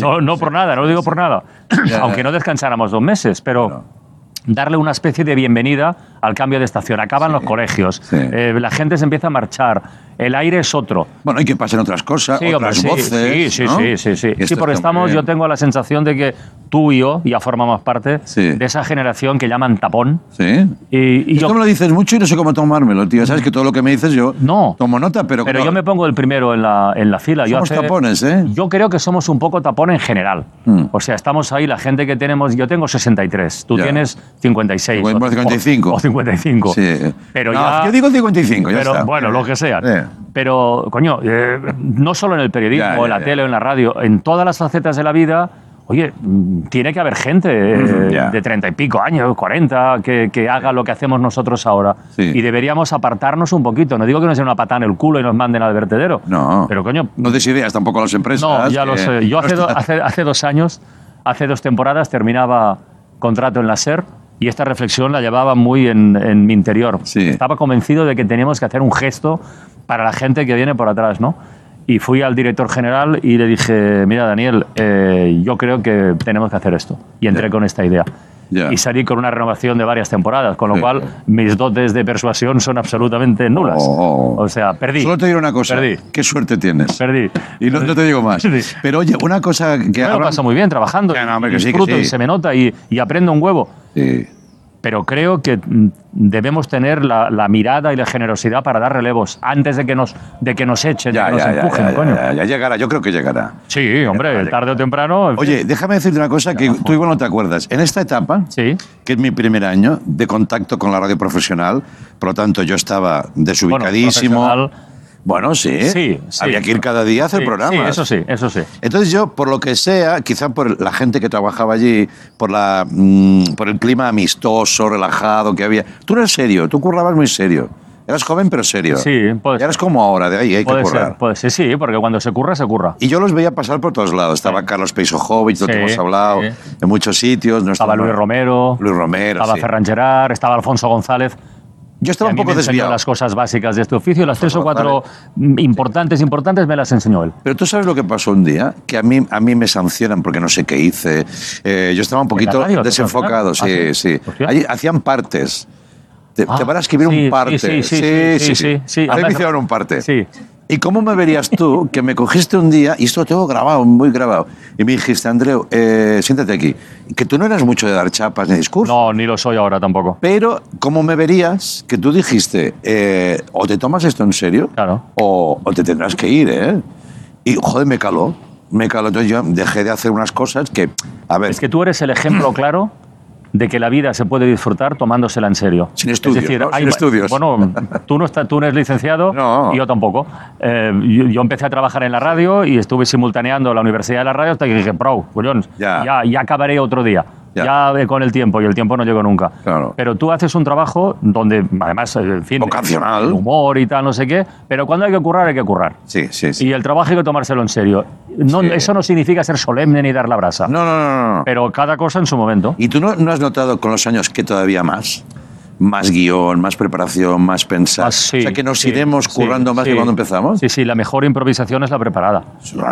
Speaker 11: no no por nada, no lo digo por nada. Aunque no descansáramos dos meses, pero... Darle una especie de bienvenida al cambio de estación. Acaban los colegios, eh, la gente se empieza a marchar, el aire es otro.
Speaker 3: Bueno, y que pasen otras cosas,
Speaker 11: Sí, hombre,
Speaker 3: Ah, otras
Speaker 11: sí,
Speaker 3: voces.
Speaker 11: sí, sí,
Speaker 3: ¿no?
Speaker 11: sí, sí, sí.
Speaker 3: Y este
Speaker 11: Sí,
Speaker 3: esto
Speaker 11: porque
Speaker 3: está muy
Speaker 11: estamos,
Speaker 3: bien.
Speaker 11: yo tengo la sensación de que tú y yo ya formamos parte de esa generación que llaman tapón.
Speaker 3: Sí.
Speaker 11: Y,
Speaker 3: Esto me lo dices mucho y no sé cómo tomármelo, tío. Sabes que todo lo que me dices yo tomo nota, pero,
Speaker 11: Pero
Speaker 3: claro,
Speaker 11: yo me pongo el primero en la, en la fila.
Speaker 3: Somos
Speaker 11: yo hace-
Speaker 3: tapones, ¿eh?
Speaker 11: Yo creo que somos un poco tapón en general.
Speaker 3: Mm.
Speaker 11: O sea, estamos ahí, la gente que tenemos. Yo tengo 63, tú
Speaker 3: Ya.
Speaker 11: tienes 56. o-
Speaker 3: Bueno, 55.
Speaker 11: O, 55.
Speaker 3: Sí.
Speaker 11: Pero
Speaker 3: No,
Speaker 11: ya-
Speaker 3: Yo digo 55, ya
Speaker 11: pero,
Speaker 3: está.
Speaker 11: Bueno, lo que sea. Pero, coño, eh, no solo en el periodismo,
Speaker 3: Ya,
Speaker 11: o en
Speaker 3: ya,
Speaker 11: la tele, o en la radio, en todas las facetas de la vida, oye, mm, tiene que haber gente eh,
Speaker 3: ya.
Speaker 11: de treinta y pico años, 40, que, que haga lo que hacemos nosotros ahora. Y deberíamos apartarnos un poquito. No digo que nos den una patada en el culo y nos manden al vertedero.
Speaker 3: No.
Speaker 11: Pero, coño,
Speaker 3: No des ideas tampoco a las empresas.
Speaker 11: no, ya lo
Speaker 3: que-
Speaker 11: sé. Yo hace, do- hace- hace dos años, hace dos temporadas, terminaba contrato en la SER y esta reflexión la llevaba muy en, en mi interior. Estaba convencido de que teníamos que hacer un gesto para la gente que viene por atrás, ¿no? Y fui al director general y le dije, mira Daniel, eh, yo creo que tenemos que hacer esto. Y entré con esta idea. Y salí con una renovación de varias temporadas, con lo cual mis dotes de persuasión son absolutamente nulas. O sea, perdí.
Speaker 3: Oh, Solo te diré una cosa.
Speaker 11: Perdí.
Speaker 3: Qué suerte tienes.
Speaker 11: Perdí.
Speaker 3: Y no, no te digo más. Pero oye, una cosa que
Speaker 11: Yo me lo
Speaker 3: ahora-
Speaker 11: paso muy bien trabajando. y
Speaker 3: hombre, que sí, que
Speaker 11: disfruto
Speaker 3: sí.
Speaker 11: y se me nota y, y aprendo un huevo. Pero creo que mm, debemos tener la, la mirada y la generosidad para dar relevos antes de que nos, de que nos echen, de
Speaker 3: Ya,
Speaker 11: que
Speaker 3: ya,
Speaker 11: nos
Speaker 3: ya,
Speaker 11: empujen,
Speaker 3: ya, ya,
Speaker 11: coño.
Speaker 3: ya, ya llegará, yo creo que llegará.
Speaker 11: Sí, hombre, tarde o temprano. en fin.
Speaker 3: Oye, déjame decirte una cosa que tú igual no te acuerdas. En esta etapa, que es mi primer año de contacto con la radio profesional, por lo tanto yo estaba desubicadísimo. Bueno, sí.
Speaker 11: Sí, sí.
Speaker 3: ¿eh? Había que ir cada día a hacer
Speaker 11: Sí,
Speaker 3: programas.
Speaker 11: Sí, eso sí, eso sí.
Speaker 3: Entonces yo, por lo que sea, quizá por la gente que trabajaba allí, por, la, mm, por el clima amistoso, relajado que había... Tú eras serio, tú currabas muy serio. Eras joven pero serio.
Speaker 11: Sí,
Speaker 3: puede Eras como ahora, de ahí hay que
Speaker 11: Puede
Speaker 3: currar.
Speaker 11: ser, puede ser, sí, porque cuando se curra, se curra.
Speaker 3: Y yo los veía pasar por todos lados. Estaba Carlos Peisojovic, lo que
Speaker 11: Sí,
Speaker 3: hemos hablado,
Speaker 11: sí.
Speaker 3: en muchos sitios. No
Speaker 11: Estaba Luis Romero.
Speaker 3: Luis Romero,
Speaker 11: Estaba
Speaker 3: sí.
Speaker 11: Ferran Gerard, estaba Alfonso González.
Speaker 3: Yo estaba un poco desviado.
Speaker 11: las cosas básicas de este oficio, las tres o cuatro mm, importantes, importantes, me las enseñó él.
Speaker 3: Pero tú sabes lo que pasó un día, que a mí, a mí me sancionan porque no sé qué hice. Eh, yo estaba un poquito
Speaker 11: radio te
Speaker 3: desenfocado, sí,
Speaker 11: sancionaron? Ah,
Speaker 3: sí. Allí hacían partes. Te, te van a escribir
Speaker 11: sí,
Speaker 3: un parte.
Speaker 11: sí, sí, sí, sí, sí, sí.
Speaker 3: A mí
Speaker 11: Además-
Speaker 3: me hicieron un parte.
Speaker 11: Sí.
Speaker 3: ¿Y cómo me verías tú que me cogiste un día, y esto lo tengo grabado, muy grabado, y me dijiste, Andreu, eh, siéntate aquí, que tú no eras mucho de dar chapas ni discursos?
Speaker 11: No, ni lo soy ahora tampoco.
Speaker 3: Pero, ¿cómo me verías que tú dijiste, eh, o te tomas esto en serio, o, o te tendrás que ir, ¿eh? Y, joder, me caló, me caló. Entonces yo dejé de hacer unas cosas que, a ver...
Speaker 11: Es que tú eres el
Speaker 3: <clears throat>
Speaker 11: ejemplo claro de que la vida se puede disfrutar tomándosela en serio. Sin
Speaker 3: estudios,
Speaker 11: es decir,
Speaker 3: ¿no?
Speaker 11: hay-
Speaker 3: Sin estudios.
Speaker 11: Bueno, tú no, estás, tú no eres licenciado y yo tampoco. Eh, yo, yo empecé a trabajar en la radio y estuve simultaneando la universidad de la radio hasta que dije, pro, Julián, ya. Ya, acabaré otro día. Ya. eh, con el tiempo, y el tiempo no llegó nunca. Pero tú haces un trabajo donde, además, eh, en fin, el humor y tal, no sé qué, pero cuando hay que currar, hay que currar.
Speaker 3: Sí, sí,
Speaker 11: Y el trabajo hay que tomárselo en serio. No, Eso no significa ser solemne ni dar la brasa.
Speaker 3: No, no, no, no.
Speaker 11: Pero cada cosa en su momento.
Speaker 3: ¿Y tú no, no has notado con los años que todavía más? más guión, más preparación, más
Speaker 11: Ah,
Speaker 3: pensar. o sea, que nos iremos currando más que cuando empezamos.
Speaker 11: Sí, sí, la mejor improvisación es la preparada.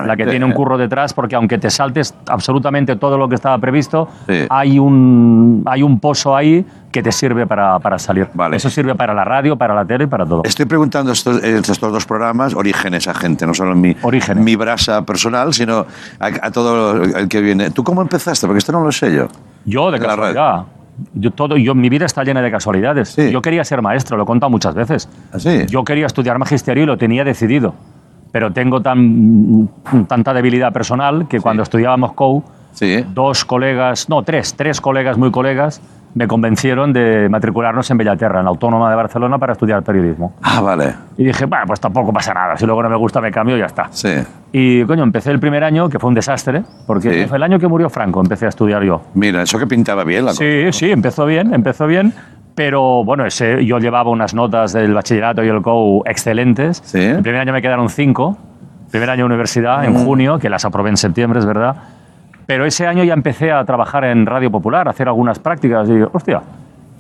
Speaker 11: La que tiene un curro detrás, porque aunque te saltes absolutamente todo lo que estaba previsto,
Speaker 3: Sí.
Speaker 11: hay, un, hay un pozo ahí que te sirve para, para salir. Eso sirve para la radio, para la tele y para todo.
Speaker 3: Estoy preguntando estos, estos dos programas orígenes a gente, no solo mi, mi brasa personal, sino a, a todo el que viene. ¿Tú cómo empezaste? Porque esto no lo sé yo.
Speaker 11: Yo, de
Speaker 3: la radio.
Speaker 11: casualidad. Yo, todo, yo, mi vida está llena de casualidades. Yo quería ser maestro, lo he contado muchas veces.
Speaker 3: ¿Ah,
Speaker 11: Yo quería estudiar magisterio y lo tenía decidido. Pero tengo tan, tanta debilidad personal que cuando estudiábamos COU, dos colegas, no, tres, tres colegas muy colegas, me convencieron de matricularnos en Bellaterra, en la Autónoma de Barcelona, para estudiar periodismo.
Speaker 3: Ah, vale.
Speaker 11: Y dije, bueno, pues tampoco pasa nada, si luego no me gusta me cambio y ya está. Y coño, empecé el primer año, que fue un desastre, porque
Speaker 3: Sí.
Speaker 11: fue el año que murió Franco, empecé a estudiar yo.
Speaker 3: Mira, eso que pintaba bien la cosa.
Speaker 11: Sí, sí, empezó bien, empezó bien. Pero bueno, ese, yo llevaba unas notas del bachillerato y el COU excelentes. El primer año me quedaron cinco. Primer año de universidad, en
Speaker 12: Mm.
Speaker 11: junio, que las aprobé en septiembre, es verdad. Pero ese año ya empecé a trabajar en Radio Popular, a hacer algunas prácticas. Y digo, hostia,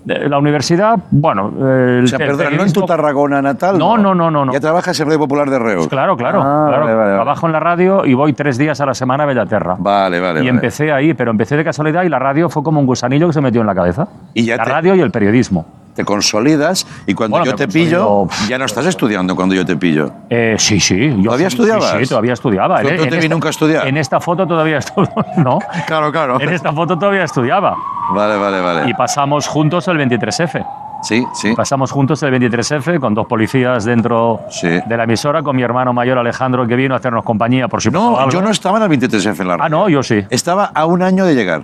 Speaker 11: de la universidad, bueno. eh, El,
Speaker 3: O sea,
Speaker 11: el
Speaker 3: perdona, ¿no en tu
Speaker 11: periodismo-
Speaker 3: Tarragona natal?
Speaker 11: No, no, no, no.
Speaker 3: Ya trabajas en Radio Popular de Reus.
Speaker 11: Claro, claro.
Speaker 3: Ah,
Speaker 11: claro.
Speaker 3: vale, vale, vale.
Speaker 11: Trabajo en la radio y voy tres días a la semana a Bellaterra.
Speaker 3: Vale, vale.
Speaker 11: y
Speaker 3: vale.
Speaker 11: empecé ahí, pero empecé de casualidad y la radio fue como un gusanillo que se metió en la cabeza.
Speaker 3: Y ya
Speaker 11: la
Speaker 3: te-
Speaker 11: radio y el periodismo.
Speaker 3: Te consolidas y cuando
Speaker 11: Bueno,
Speaker 3: yo
Speaker 11: me
Speaker 3: te
Speaker 11: consolido,
Speaker 3: pillo, ya no estás estudiando cuando yo te pillo.
Speaker 11: Eh, sí, sí. Yo
Speaker 3: ¿Todavía
Speaker 11: sí,
Speaker 3: estudiabas?
Speaker 11: Sí, sí, todavía estudiaba.
Speaker 3: Yo
Speaker 11: En-
Speaker 3: no
Speaker 11: en
Speaker 3: te vi
Speaker 11: esta-
Speaker 3: nunca estudiar.
Speaker 11: En esta foto todavía <laughs> estudiaba, ¿no?
Speaker 3: Claro, claro.
Speaker 11: En esta foto todavía estudiaba.
Speaker 3: <laughs> Vale, vale, vale.
Speaker 11: Y pasamos juntos el 23F.
Speaker 3: Sí, sí.
Speaker 11: Pasamos juntos el 23F con dos policías dentro de la emisora, con mi hermano mayor Alejandro que vino a hacernos compañía, por si
Speaker 3: No,
Speaker 11: pasaba algo.
Speaker 3: yo no Eh. estaba en el 23F en la
Speaker 11: Ah, no, yo sí.
Speaker 3: Estaba a un año de llegar.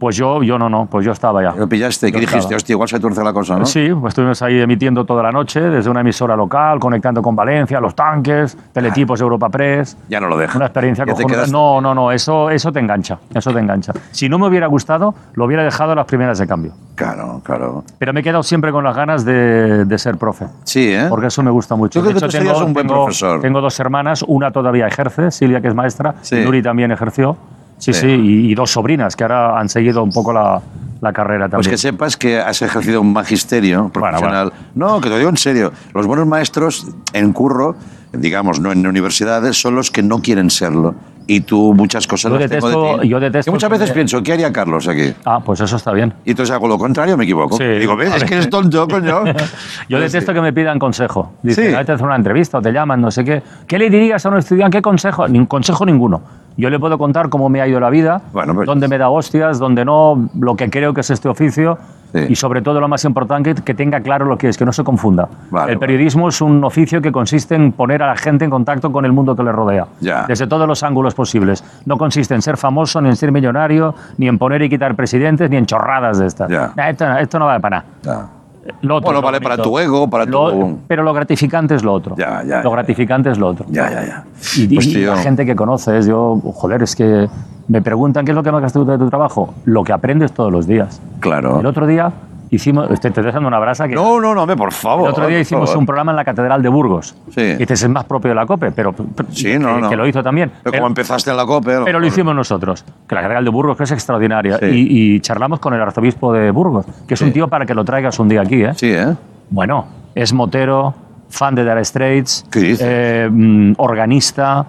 Speaker 11: Pues yo, yo no, no, pues yo estaba ya.
Speaker 3: Lo pillaste,
Speaker 11: Yo
Speaker 3: que dijiste,
Speaker 11: estaba.
Speaker 3: hostia, igual se tuerce la cosa, ¿no?
Speaker 11: Sí, pues estuvimos ahí emitiendo toda la noche desde una emisora local, conectando con Valencia, los tanques, teletipos Europa Press.
Speaker 3: Ya no lo deja.
Speaker 11: Una experiencia
Speaker 3: Ya te
Speaker 11: cojonuda.
Speaker 3: quedaste.
Speaker 11: No, no, no, eso, eso te engancha, eso te engancha. Si no me hubiera gustado, lo hubiera dejado a las primeras de cambio.
Speaker 3: Claro, claro.
Speaker 11: Pero me he quedado siempre con las ganas de, de ser profe.
Speaker 3: Sí, ¿eh?
Speaker 11: Porque eso me gusta mucho.
Speaker 3: Yo creo
Speaker 11: De
Speaker 3: que tú serías un buen
Speaker 11: tengo-
Speaker 3: profesor.
Speaker 11: Tengo dos hermanas, una todavía ejerce, Silvia que es maestra,
Speaker 3: Sí.
Speaker 11: Nuri también ejerció. Sí,
Speaker 3: Sí.
Speaker 11: sí, y, y dos sobrinas que ahora han seguido un poco la, la carrera
Speaker 3: Pues
Speaker 11: también.
Speaker 3: que sepas que has ejercido un magisterio profesional. No, que te lo digo en serio. Los buenos maestros en curro, digamos, no en universidades, son los que no quieren serlo. Y tú muchas cosas
Speaker 11: Yo
Speaker 3: las tengo
Speaker 11: detesto-
Speaker 3: de ti.
Speaker 11: yo detesto
Speaker 3: Que muchas veces
Speaker 11: que-
Speaker 3: pienso, ¿qué haría Carlos aquí?
Speaker 11: Ah, pues eso está bien.
Speaker 3: Y entonces hago lo contrario, me equivoco.
Speaker 11: Sí,
Speaker 3: Digo, ¿ves? Es
Speaker 11: vale.
Speaker 3: que eres
Speaker 11: <laughs>
Speaker 3: tonto, coño.
Speaker 11: Yo detesto que me pidan consejo.
Speaker 3: Sí.
Speaker 11: Dicen, "Ah, te hacen una entrevista o te llaman, no sé qué. ¿Qué le dirías a un estudiante? ¿Qué consejo? Ni consejo ninguno. Yo le puedo contar cómo me ha ido la vida,
Speaker 3: pues
Speaker 11: dónde me da hostias, dónde no, lo que creo que es este oficio y sobre todo lo más importante, que tenga claro lo que es, que no se confunda. el periodismo es un oficio que consiste en poner a la gente en contacto con el mundo que le rodea,
Speaker 3: Ya.
Speaker 11: desde todos los ángulos posibles. No consiste en ser famoso, ni en ser millonario, ni en poner y quitar presidentes, ni en chorradas de estas. Nah, esto, esto no vale para nada. Lo otro
Speaker 3: Bueno,
Speaker 11: es lo
Speaker 3: vale para
Speaker 11: bonito.
Speaker 3: tu ego, para
Speaker 11: Lo-
Speaker 3: tu-
Speaker 11: Pero lo gratificante es lo otro. lo gratificante es lo otro.
Speaker 3: Ya, ya, ya.
Speaker 11: Y, y-
Speaker 3: Pues,
Speaker 11: y
Speaker 3: tío.
Speaker 11: la gente que conoces, yo, joder, es que me preguntan qué es lo que más has de tu trabajo. Lo que aprendes todos los días.
Speaker 3: Claro.
Speaker 11: El otro día hicimos. Te te estoy dejando una brasa que.
Speaker 3: No, no, no, hombre, por favor.
Speaker 11: El otro día
Speaker 3: por
Speaker 11: hicimos
Speaker 3: favor.
Speaker 11: un programa en la Catedral de Burgos. Y dices, es más propio de la COPE, pero, pero- que,
Speaker 3: no, no.
Speaker 11: que lo hizo también.
Speaker 3: Pero como empezaste en la COPE... a lo
Speaker 11: Pero lo
Speaker 3: mejor-
Speaker 11: hicimos nosotros, que la Catedral de Burgos que es extraordinaria.
Speaker 3: Sí.
Speaker 11: Y, y charlamos con el arzobispo de Burgos, que es un tío para que lo traigas un día aquí, ¿eh?
Speaker 3: Sí, ¿eh?
Speaker 11: Bueno, es motero, fan de Dire Straits,
Speaker 3: dices?
Speaker 11: eh, mm, organista,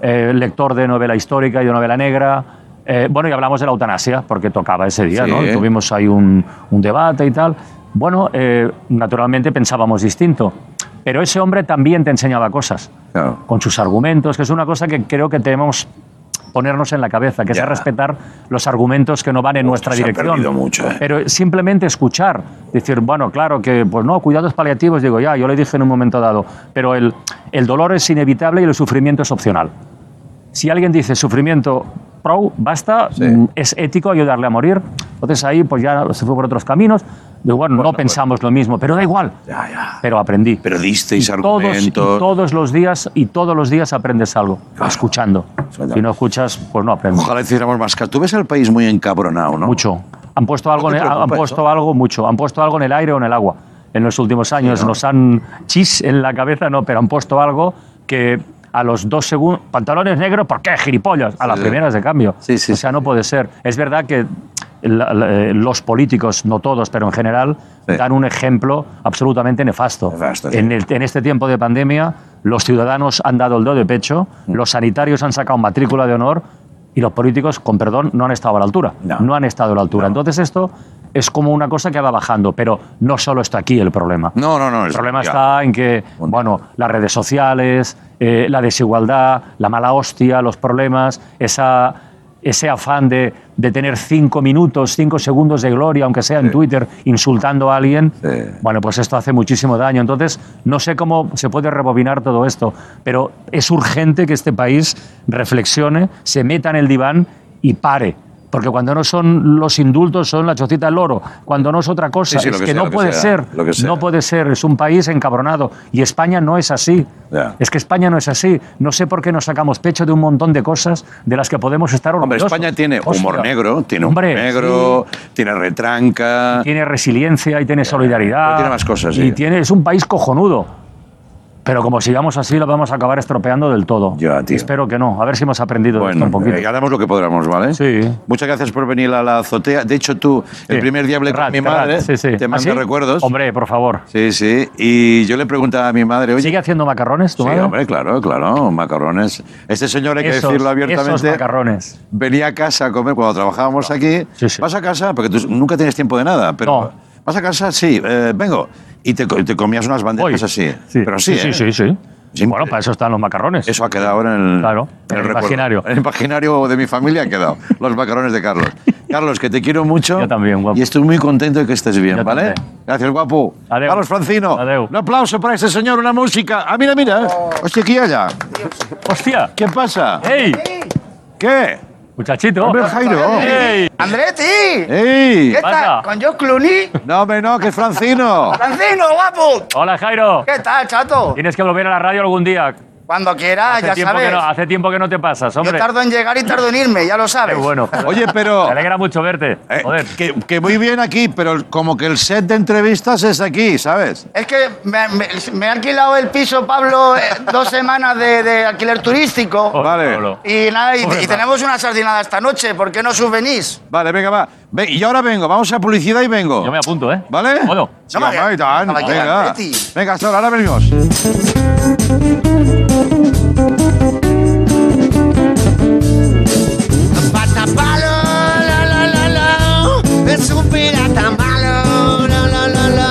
Speaker 11: eh, lector de novela histórica y de novela negra. Eh, bueno, y hablamos de la eutanasia, porque tocaba ese día,
Speaker 3: Sí.
Speaker 11: ¿no? Tuvimos ahí un, un debate y tal. Bueno, eh, naturalmente pensábamos distinto, pero ese hombre también te enseñaba cosas, con sus argumentos, que es una cosa que creo que tenemos ponernos en la cabeza, que es respetar los argumentos que no van en nuestra
Speaker 3: se ha
Speaker 11: dirección.
Speaker 3: perdido mucho, ¿eh?
Speaker 11: Pero simplemente escuchar, decir, bueno, claro que, pues no, cuidados paliativos, digo, ya, yo le dije en un momento dado, pero el, el dolor es inevitable y el sufrimiento es opcional. Si alguien dice sufrimiento pro, basta, mm, es ético ayudarle a morir, entonces ahí pues ya se fue por otros caminos, digo, bueno, no pensamos lo mismo, pero da igual. Pero aprendí.
Speaker 3: pues Pero disteis
Speaker 11: Todos, y
Speaker 3: argumentos.
Speaker 11: todos los días y todos los días aprendes algo, escuchando. Si no escuchas, pues no aprendes.
Speaker 3: Ojalá hiciéramos más caso. Tú ves al país muy encabronado, ¿no?
Speaker 11: Mucho. Han puesto algo,
Speaker 3: te
Speaker 11: en el- han
Speaker 3: preocupa
Speaker 11: puesto algo mucho, han puesto algo en el aire o en el agua. En los últimos años nos han chis en la cabeza, no, pero han puesto algo que a los dos segundos, pantalones negros, ¿por qué gilipollas? A las
Speaker 3: sí.
Speaker 11: primeras de cambio. o sea, no puede ser. Es verdad que la- la- eh, los políticos, no todos, pero en general, dan un ejemplo absolutamente nefasto. en, el- en este tiempo de pandemia, los ciudadanos han dado el dedo de pecho,
Speaker 3: Mm.
Speaker 11: los sanitarios han sacado matrícula de honor y los políticos, con perdón, no han estado a la altura. No, han estado a la altura. Entonces esto es como una cosa que va bajando, pero no solo está aquí el problema.
Speaker 3: No, no, no.
Speaker 11: El
Speaker 3: es-
Speaker 11: problema
Speaker 3: ya.
Speaker 11: está en que, bueno, las redes sociales, eh, la desigualdad, la mala hostia, los problemas, esa, ese afán de, de tener cinco minutos, cinco segundos de gloria, aunque sea en Twitter, insultando a alguien, bueno, pues esto hace muchísimo daño. Entonces, no sé cómo se puede rebobinar todo esto, pero es urgente que este país reflexione, se meta en el diván y pare. Porque cuando no son los indultos, son la chocita del loro. Cuando no es otra cosa,
Speaker 3: Sí, sí, lo
Speaker 11: es
Speaker 3: que
Speaker 11: que,
Speaker 3: sea,
Speaker 11: no
Speaker 3: lo que
Speaker 11: puede
Speaker 3: sea,
Speaker 11: ser.
Speaker 3: lo que sea.
Speaker 11: No puede ser, es un país encabronado. Y España no es así.
Speaker 3: Ya.
Speaker 11: Es que España no es así. No sé por qué nos sacamos pecho de un montón de cosas de las que podemos estar
Speaker 3: Hombre,
Speaker 11: orgullosos.
Speaker 3: España tiene humor
Speaker 11: Hostia.
Speaker 3: negro, tiene humor
Speaker 11: Hombre,
Speaker 3: negro, tiene retranca.
Speaker 11: Tiene resiliencia y tiene solidaridad.
Speaker 3: tiene más cosas, sí.
Speaker 11: Y tiene, es un país cojonudo. Pero como sigamos así, lo vamos a acabar estropeando del todo. Espero que no. A ver si hemos aprendido de esto un poquito.
Speaker 3: eh, ya damos lo que podamos, ¿vale? Sí. Muchas gracias por venir a la azotea. De hecho, tú, el
Speaker 11: Sí.
Speaker 3: primer día hablé con
Speaker 11: Terrat,
Speaker 3: mi
Speaker 11: Terrat,
Speaker 3: madre,
Speaker 11: sí, sí.
Speaker 3: te
Speaker 11: ¿Ah,
Speaker 3: mando
Speaker 11: sí?
Speaker 3: recuerdos.
Speaker 11: Hombre, por favor.
Speaker 3: Sí, sí. Y yo le preguntaba a mi madre, oye.
Speaker 11: ¿Sigue haciendo macarrones tu
Speaker 3: Sí,
Speaker 11: madre?
Speaker 3: hombre, claro, claro, macarrones. Este señor, hay que
Speaker 11: Esos-
Speaker 3: decirlo
Speaker 11: Esos
Speaker 3: abiertamente,
Speaker 11: macarrones.
Speaker 3: venía a casa a comer cuando trabajábamos aquí. Vas a casa, porque tú nunca tienes tiempo de nada, pero vas a casa, sí, eh, vengo. Y te, co- te comías unas bandejas así. Pero sí,
Speaker 11: Sí,
Speaker 3: ¿eh?
Speaker 11: sí, sí, sí. Bueno, para eso están los macarrones.
Speaker 3: Eso ha quedado ahora en el, en
Speaker 11: el
Speaker 3: recuerdo.
Speaker 11: imaginario.
Speaker 3: En el imaginario de mi familia ha <laughs> quedado. los macarrones de Carlos. Carlos, que te quiero mucho. Yo también, guapo. Y estoy muy contento de que estés bien, ¿vale? Gracias, guapo. Carlos Francino. Un aplauso para este señor, una música. Ah, mira, mira. Hostia, aquí allá.
Speaker 11: Hostia.
Speaker 3: ¿Qué pasa?
Speaker 11: ¡Ey!
Speaker 3: ¿Qué?
Speaker 11: Muchachito.
Speaker 3: Hombre, Jairo.
Speaker 11: ¡Ey!
Speaker 9: ¡Andretti!
Speaker 3: ¡Ey!
Speaker 9: ¿Qué tal? ¿Con George Clooney?
Speaker 3: No, hombre, no, que es Francino.
Speaker 9: ¡Francino, guapo!
Speaker 11: Hola, Jairo.
Speaker 9: ¿Qué tal, chato?
Speaker 11: Tienes que volver a la radio algún día.
Speaker 9: Cuando quieras,
Speaker 11: Hace
Speaker 9: ya
Speaker 11: tiempo que
Speaker 9: sabes.
Speaker 11: no- hace tiempo que no te pasas, hombre.
Speaker 9: Yo tardo en llegar y tardo en irme, ya lo sabes. <laughs>
Speaker 11: Qué bueno.
Speaker 3: Oye, pero.
Speaker 11: Me alegra mucho verte.
Speaker 3: Eh, que, que muy bien aquí, pero como que el set de entrevistas es aquí, ¿sabes?
Speaker 9: Es que me, me- me ha alquilado el piso Pablo eh, dos semanas de, de alquiler turístico.
Speaker 11: Oh,
Speaker 3: Vale.
Speaker 9: Y nada, y, y
Speaker 3: Pobre
Speaker 9: tenemos una sardinada esta noche, ¿por qué no subvenís?
Speaker 3: Vale, venga, va. Ve- y ahora vengo, vamos a publicidad y vengo. Yo me
Speaker 11: apunto, ¿eh?
Speaker 3: ¿Vale?
Speaker 11: Bueno.
Speaker 3: Sí, hombre, Dan,
Speaker 9: estaba aquí
Speaker 3: venga.
Speaker 9: Andretti.
Speaker 3: Venga, hasta ahora, ahora venimos.
Speaker 8: Pata palo, la la la la, es un pirata malo, la la la la.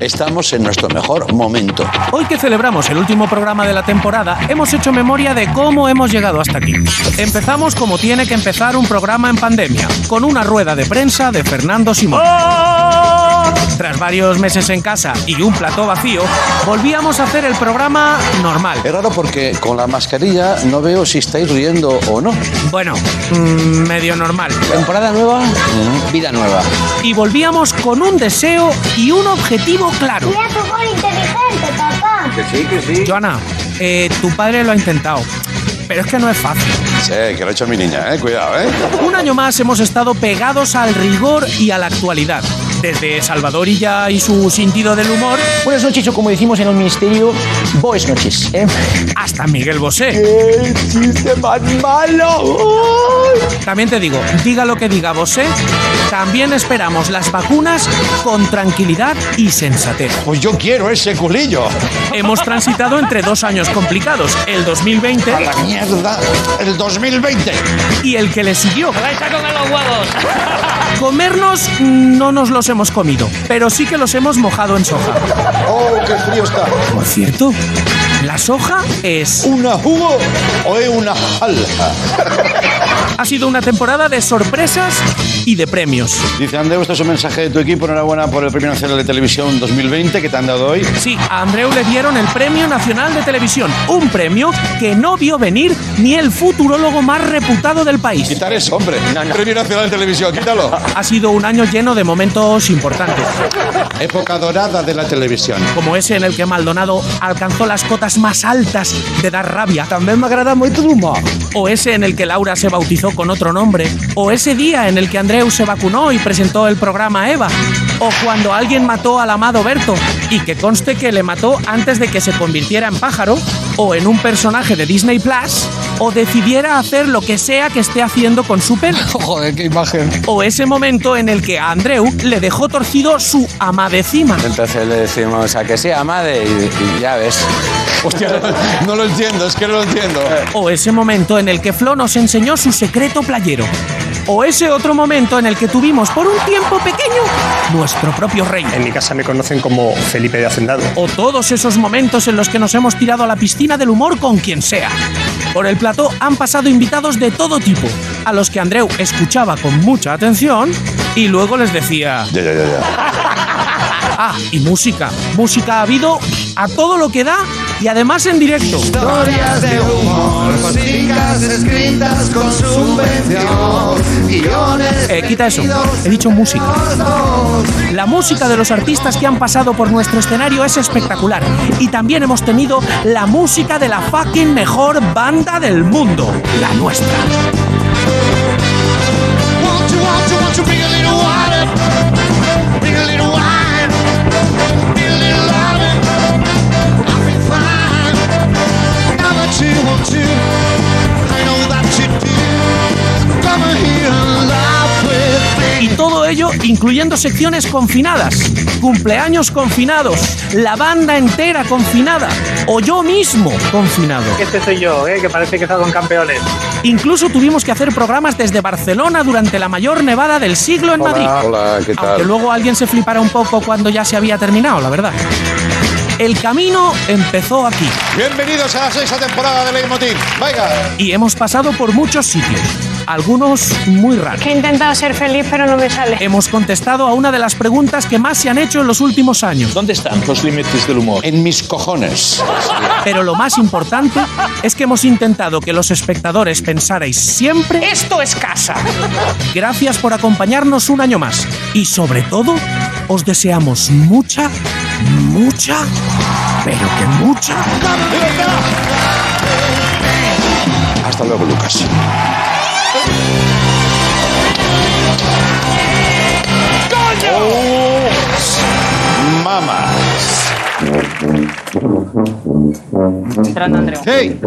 Speaker 5: Estamos en nuestro mejor momento.
Speaker 12: Hoy que celebramos el último programa de la temporada, hemos hecho memoria de cómo hemos llegado hasta aquí. Empezamos como tiene que empezar un programa en pandemia, con una rueda de prensa de Fernando Simón. Tras varios meses en casa y un plató vacío, volvíamos a hacer el programa normal.
Speaker 5: Es raro porque con la mascarilla no veo si estáis riendo o no.
Speaker 12: Bueno, mm, medio normal.
Speaker 5: Temporada nueva, vida nueva.
Speaker 12: Y volvíamos con un deseo y un objetivo claro.
Speaker 13: inteligente, papá.
Speaker 12: Que sí, que sí. Joana, eh, tu padre lo ha intentado, pero es que no es fácil.
Speaker 5: Sí, que lo ha hecho mi niña, eh. Cuidado, eh.
Speaker 12: Un año más hemos estado pegados al rigor y a la actualidad. Desde Salvadorilla y su sentido del humor. Buenas noches, o como decimos en el ministerio, buenas noches. eh. Hasta Miguel Bosé. ¡Qué chiste más malo! También te digo, diga lo que diga Bosé, también esperamos las vacunas con tranquilidad y sensatez. Pues yo quiero ese culillo. Hemos transitado entre dos años complicados, el 2020. ¡A la mierda! ¡El 2020! Y el que le siguió.
Speaker 14: los huevos!
Speaker 12: Comernos mm, no nos los hemos comido, pero sí que los hemos mojado en soja. ¡Oh, qué frío está! Por cierto, la soja es... ¿Una jugo o es una jalja? Ha sido una temporada de sorpresas y de premios.
Speaker 3: Dice Andreu, este es un mensaje de tu equipo. Enhorabuena por el Premio Nacional de Televisión 2020 que te han dado hoy.
Speaker 12: Sí, a Andreu le dieron el Premio Nacional de Televisión, un premio que no vio venir ni el futurólogo más reputado del país. Quitar eso, hombre. Premio Nacional de Televisión, quítalo. Ha sido un año lleno de momentos importantes. Época dorada de la televisión. Como ese en el que Maldonado alcanzó las cotas más altas de dar rabia. También me agrada mucho el humor. O ese en el que Laura se bautizó con otro nombre, o ese día en el que Andreu se vacunó y presentó el programa Eva, o cuando alguien mató al amado Berto, y que conste que le mató antes de que se convirtiera en pájaro, o en un personaje de Disney Plus, o decidiera hacer lo que sea que esté haciendo con su pelo. <laughs> Joder, qué imagen. O ese momento en el que a Andreu le dejó torcido su amadecima.
Speaker 15: Entonces le decimos a que sí, amade, y, y ya ves. Hostia, no lo entiendo, es que no lo entiendo.
Speaker 12: O ese momento en el que Flo nos enseñó su secreto playero. O ese otro momento en el que tuvimos por un tiempo pequeño nuestro propio rey.
Speaker 7: En mi casa me conocen como Felipe de Hacendado.
Speaker 12: O todos esos momentos en los que nos hemos tirado a la piscina del humor con quien sea. Por el plató han pasado invitados de todo tipo, a los que Andreu escuchaba con mucha atención y luego les decía...
Speaker 16: Ya, ya, ya, ya.
Speaker 12: Ah, y música. Música ha habido a todo lo que da y además en directo.
Speaker 8: Historias de humor, chicas escritas con subvención, guiones.
Speaker 12: Eh, quita eso. He dicho música. La música de los artistas que han pasado por nuestro escenario es espectacular. Y también hemos tenido la música de la fucking mejor banda del mundo, la nuestra.
Speaker 8: Won't you, won't you, won't you bring a little water? Bring a little wine. Bring a little loving. I'll be fine. Now that you want to, I know that you do. Come here and laugh with me.
Speaker 12: Y todo ello incluyendo secciones confinadas, cumpleaños confinados, la banda entera confinada o yo mismo confinado.
Speaker 17: Este soy yo, ¿eh? que parece que salgo en campeones.
Speaker 12: Incluso tuvimos que hacer programas desde Barcelona durante la mayor nevada del siglo en Madrid.
Speaker 15: Hola, ¿qué tal?
Speaker 12: Aunque luego alguien se flipara un poco cuando ya se había terminado, la verdad. El camino empezó aquí.
Speaker 15: Bienvenidos a la sexta temporada de Leitmotiv. Venga.
Speaker 12: Y hemos pasado por muchos sitios, algunos muy raros.
Speaker 18: Que he intentado ser feliz, pero no me sale.
Speaker 12: Hemos contestado a una de las preguntas que más se han hecho en los últimos años.
Speaker 15: ¿Dónde están los límites del humor? En mis cojones.
Speaker 12: Pero lo más importante es que hemos intentado que los espectadores pensarais siempre esto es casa. Gracias por acompañarnos un año más y sobre todo os deseamos mucha, mucha, pero que mucha.
Speaker 15: Hasta luego, Lucas.
Speaker 16: Mamas.
Speaker 3: ¡Hey!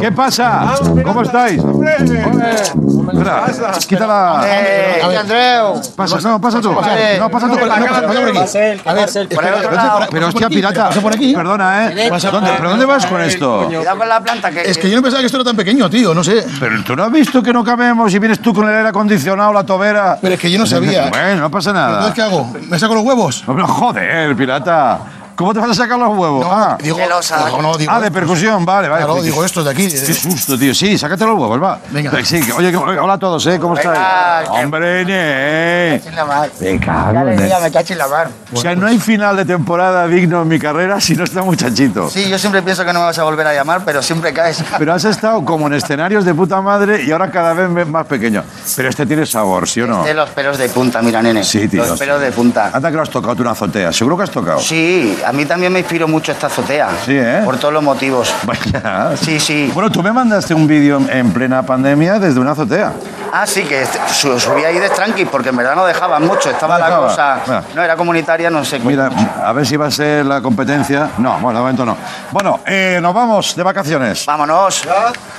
Speaker 3: ¿Qué pasa? ¿Cómo estáis? Espera, quita la.
Speaker 19: Eh,
Speaker 3: A ver,
Speaker 19: Andreu.
Speaker 3: Pasa, no, pasa tú.
Speaker 19: Hombre.
Speaker 3: No, pasa tú.
Speaker 19: Hombre,
Speaker 3: no,
Speaker 19: acá,
Speaker 3: pasa por aquí.
Speaker 19: Marcel, que
Speaker 3: A ver,
Speaker 19: Marcel, por el
Speaker 3: espera,
Speaker 19: otro
Speaker 3: pero-
Speaker 19: lado.
Speaker 3: Pero hostia, pirata.
Speaker 2: Pasa por aquí.
Speaker 3: Perdona, ¿eh?
Speaker 2: Pasa-
Speaker 3: ¿Dónde- ¿Pero dónde vas con esto?
Speaker 19: Cuidado con la planta que.
Speaker 2: Es que yo no pensaba que esto era tan pequeño, tío, no sé.
Speaker 3: Pero tú no has visto que no cabemos y vienes tú con el aire acondicionado, la tobera.
Speaker 2: Pero es que yo no sabía.
Speaker 3: <laughs> Bueno, no pasa nada.
Speaker 2: Entonces, ¿qué hago? ¿Me saco los huevos?
Speaker 3: No, pero joder, pirata. ¿Cómo te vas a sacar los huevos? ah,
Speaker 2: digo- De los- digo, no, digo
Speaker 3: ah, de
Speaker 2: estos.
Speaker 3: percusión, vale, vale.
Speaker 2: Claro,
Speaker 3: Joder,
Speaker 2: digo estos de aquí.
Speaker 3: Qué susto, tío. Sí, sácate los huevos, va. Pues
Speaker 2: Venga.
Speaker 3: Sí, que- oye, que- hola a todos, ¿eh? ¿Cómo estáis? Hombre, ne.
Speaker 19: Sin la mar.
Speaker 3: Me
Speaker 19: Ya
Speaker 3: cago
Speaker 19: le
Speaker 3: en
Speaker 19: diga, me
Speaker 3: el-
Speaker 19: cacho en la mar.
Speaker 3: O sea, no hay final de temporada digno en mi carrera si no está muchachito.
Speaker 19: Sí, yo siempre pienso que no me vas a volver a llamar, pero siempre caes.
Speaker 3: Pero has estado como en escenarios de puta madre y ahora cada vez me- más pequeño. Pero este tiene sabor, ¿sí o no?
Speaker 19: De los pelos de punta, mira, nene.
Speaker 3: Sí, tío.
Speaker 19: Los pelos de punta.
Speaker 3: Anda que lo has tocado tú una azotea. Seguro que has tocado.
Speaker 19: Sí, a mí también me inspiró mucho esta azotea.
Speaker 3: Sí, ¿eh?
Speaker 19: Por todos los motivos.
Speaker 3: <laughs> Vaya.
Speaker 19: Sí, sí.
Speaker 3: Bueno, tú me mandaste un vídeo en plena pandemia desde una azotea.
Speaker 19: Ah, sí, que este- su- subí ahí de tranqui, porque en verdad no dejaban mucho. Estaba
Speaker 3: No
Speaker 19: la
Speaker 3: dejaba.
Speaker 19: cosa.
Speaker 3: Ah.
Speaker 19: No, era comunitaria, no sé.
Speaker 3: Mira, a ver si va a ser la competencia. No, bueno, de momento no. Bueno, eh, nos vamos de vacaciones.
Speaker 19: Vámonos.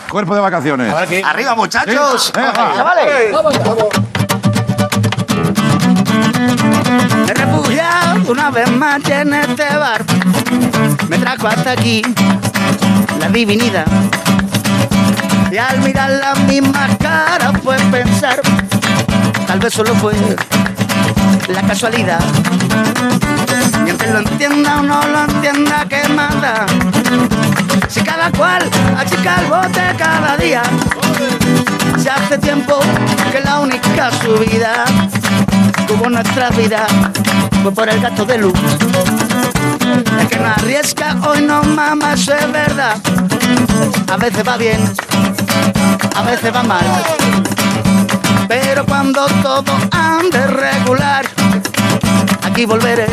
Speaker 3: Cuerpo de vacaciones.
Speaker 19: Arriba, muchachos.
Speaker 3: Sí. Venga, va.
Speaker 19: Chavales.
Speaker 17: Me he refugiado una vez más ya en este bar. Me trajo hasta aquí la divinidad. Y al mirar la misma cara pues pensar, tal vez solo fue la casualidad. Mientras lo entienda o no lo entienda, ¿qué manda? Si cada cual achica el bote cada día, se hace tiempo que la única subida tuvo nuestra vida fue por el gasto de luz. El que no arriesga hoy no mama, eso es verdad. A veces va bien, a veces va mal. Pero cuando todo ande regular, aquí volveré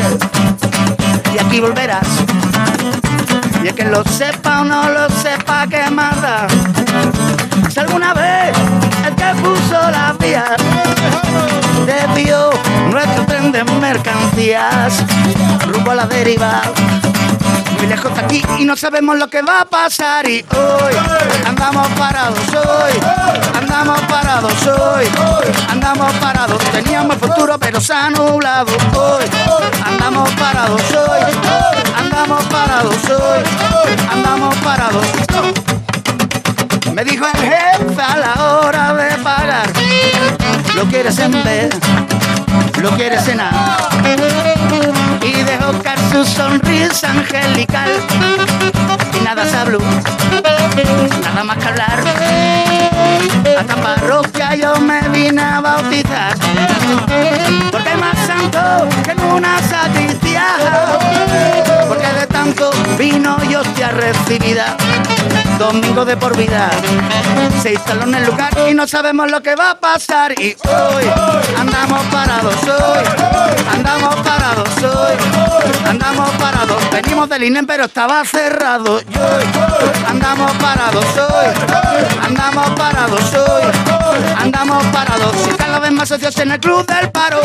Speaker 17: y aquí volverás. Y es que lo sepa o no lo sepa, que más da? Si alguna vez el que puso la vía desvió nuestro tren de mercancías rumbo a la deriva. Muy lejos de aquí y no sabemos lo que va a pasar y hoy andamos parados hoy, andamos parados hoy, andamos parados, teníamos futuro pero se ha nublado hoy, andamos parados hoy, andamos parados hoy, andamos parados. Me dijo el jefe a la hora de pagar, lo quieres en vez, lo quieres cenar y dejó caer su sonrisa angelical y nada se habló, nada más que hablar. A esta parroquia yo me vine a bautizar, porque es más santo que en una sacristía, porque de tanto vino y hostia recibida. Domingo de por vida, se instaló en el lugar y no sabemos lo que va a pasar. Y hoy andamos parados, hoy andamos parados, hoy andamos parados. Venimos del INEM, pero estaba cerrado. Y hoy andamos parados, hoy andamos parados, hoy andamos parados. Y cada vez más socios en el club del paro.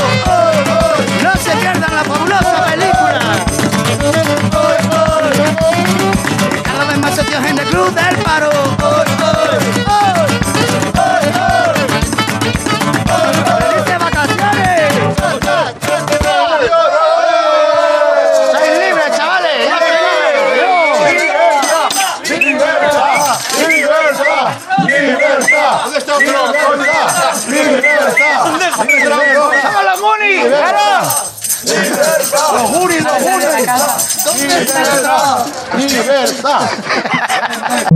Speaker 17: No se pierdan la fabulosa película. Cada vez más socios en el club del paro. ¡Felices vacaciones! ¡Sois libres, chavales! ¡Ya sois libres!
Speaker 8: ¿Dónde está otro? ¿Dónde está?
Speaker 17: ¡Somos los Goonies! ¡Claro!
Speaker 8: ¡Los Goonies, los Goonies!
Speaker 17: ¿Dónde está?
Speaker 8: ¡Libertad! ¡Libertad!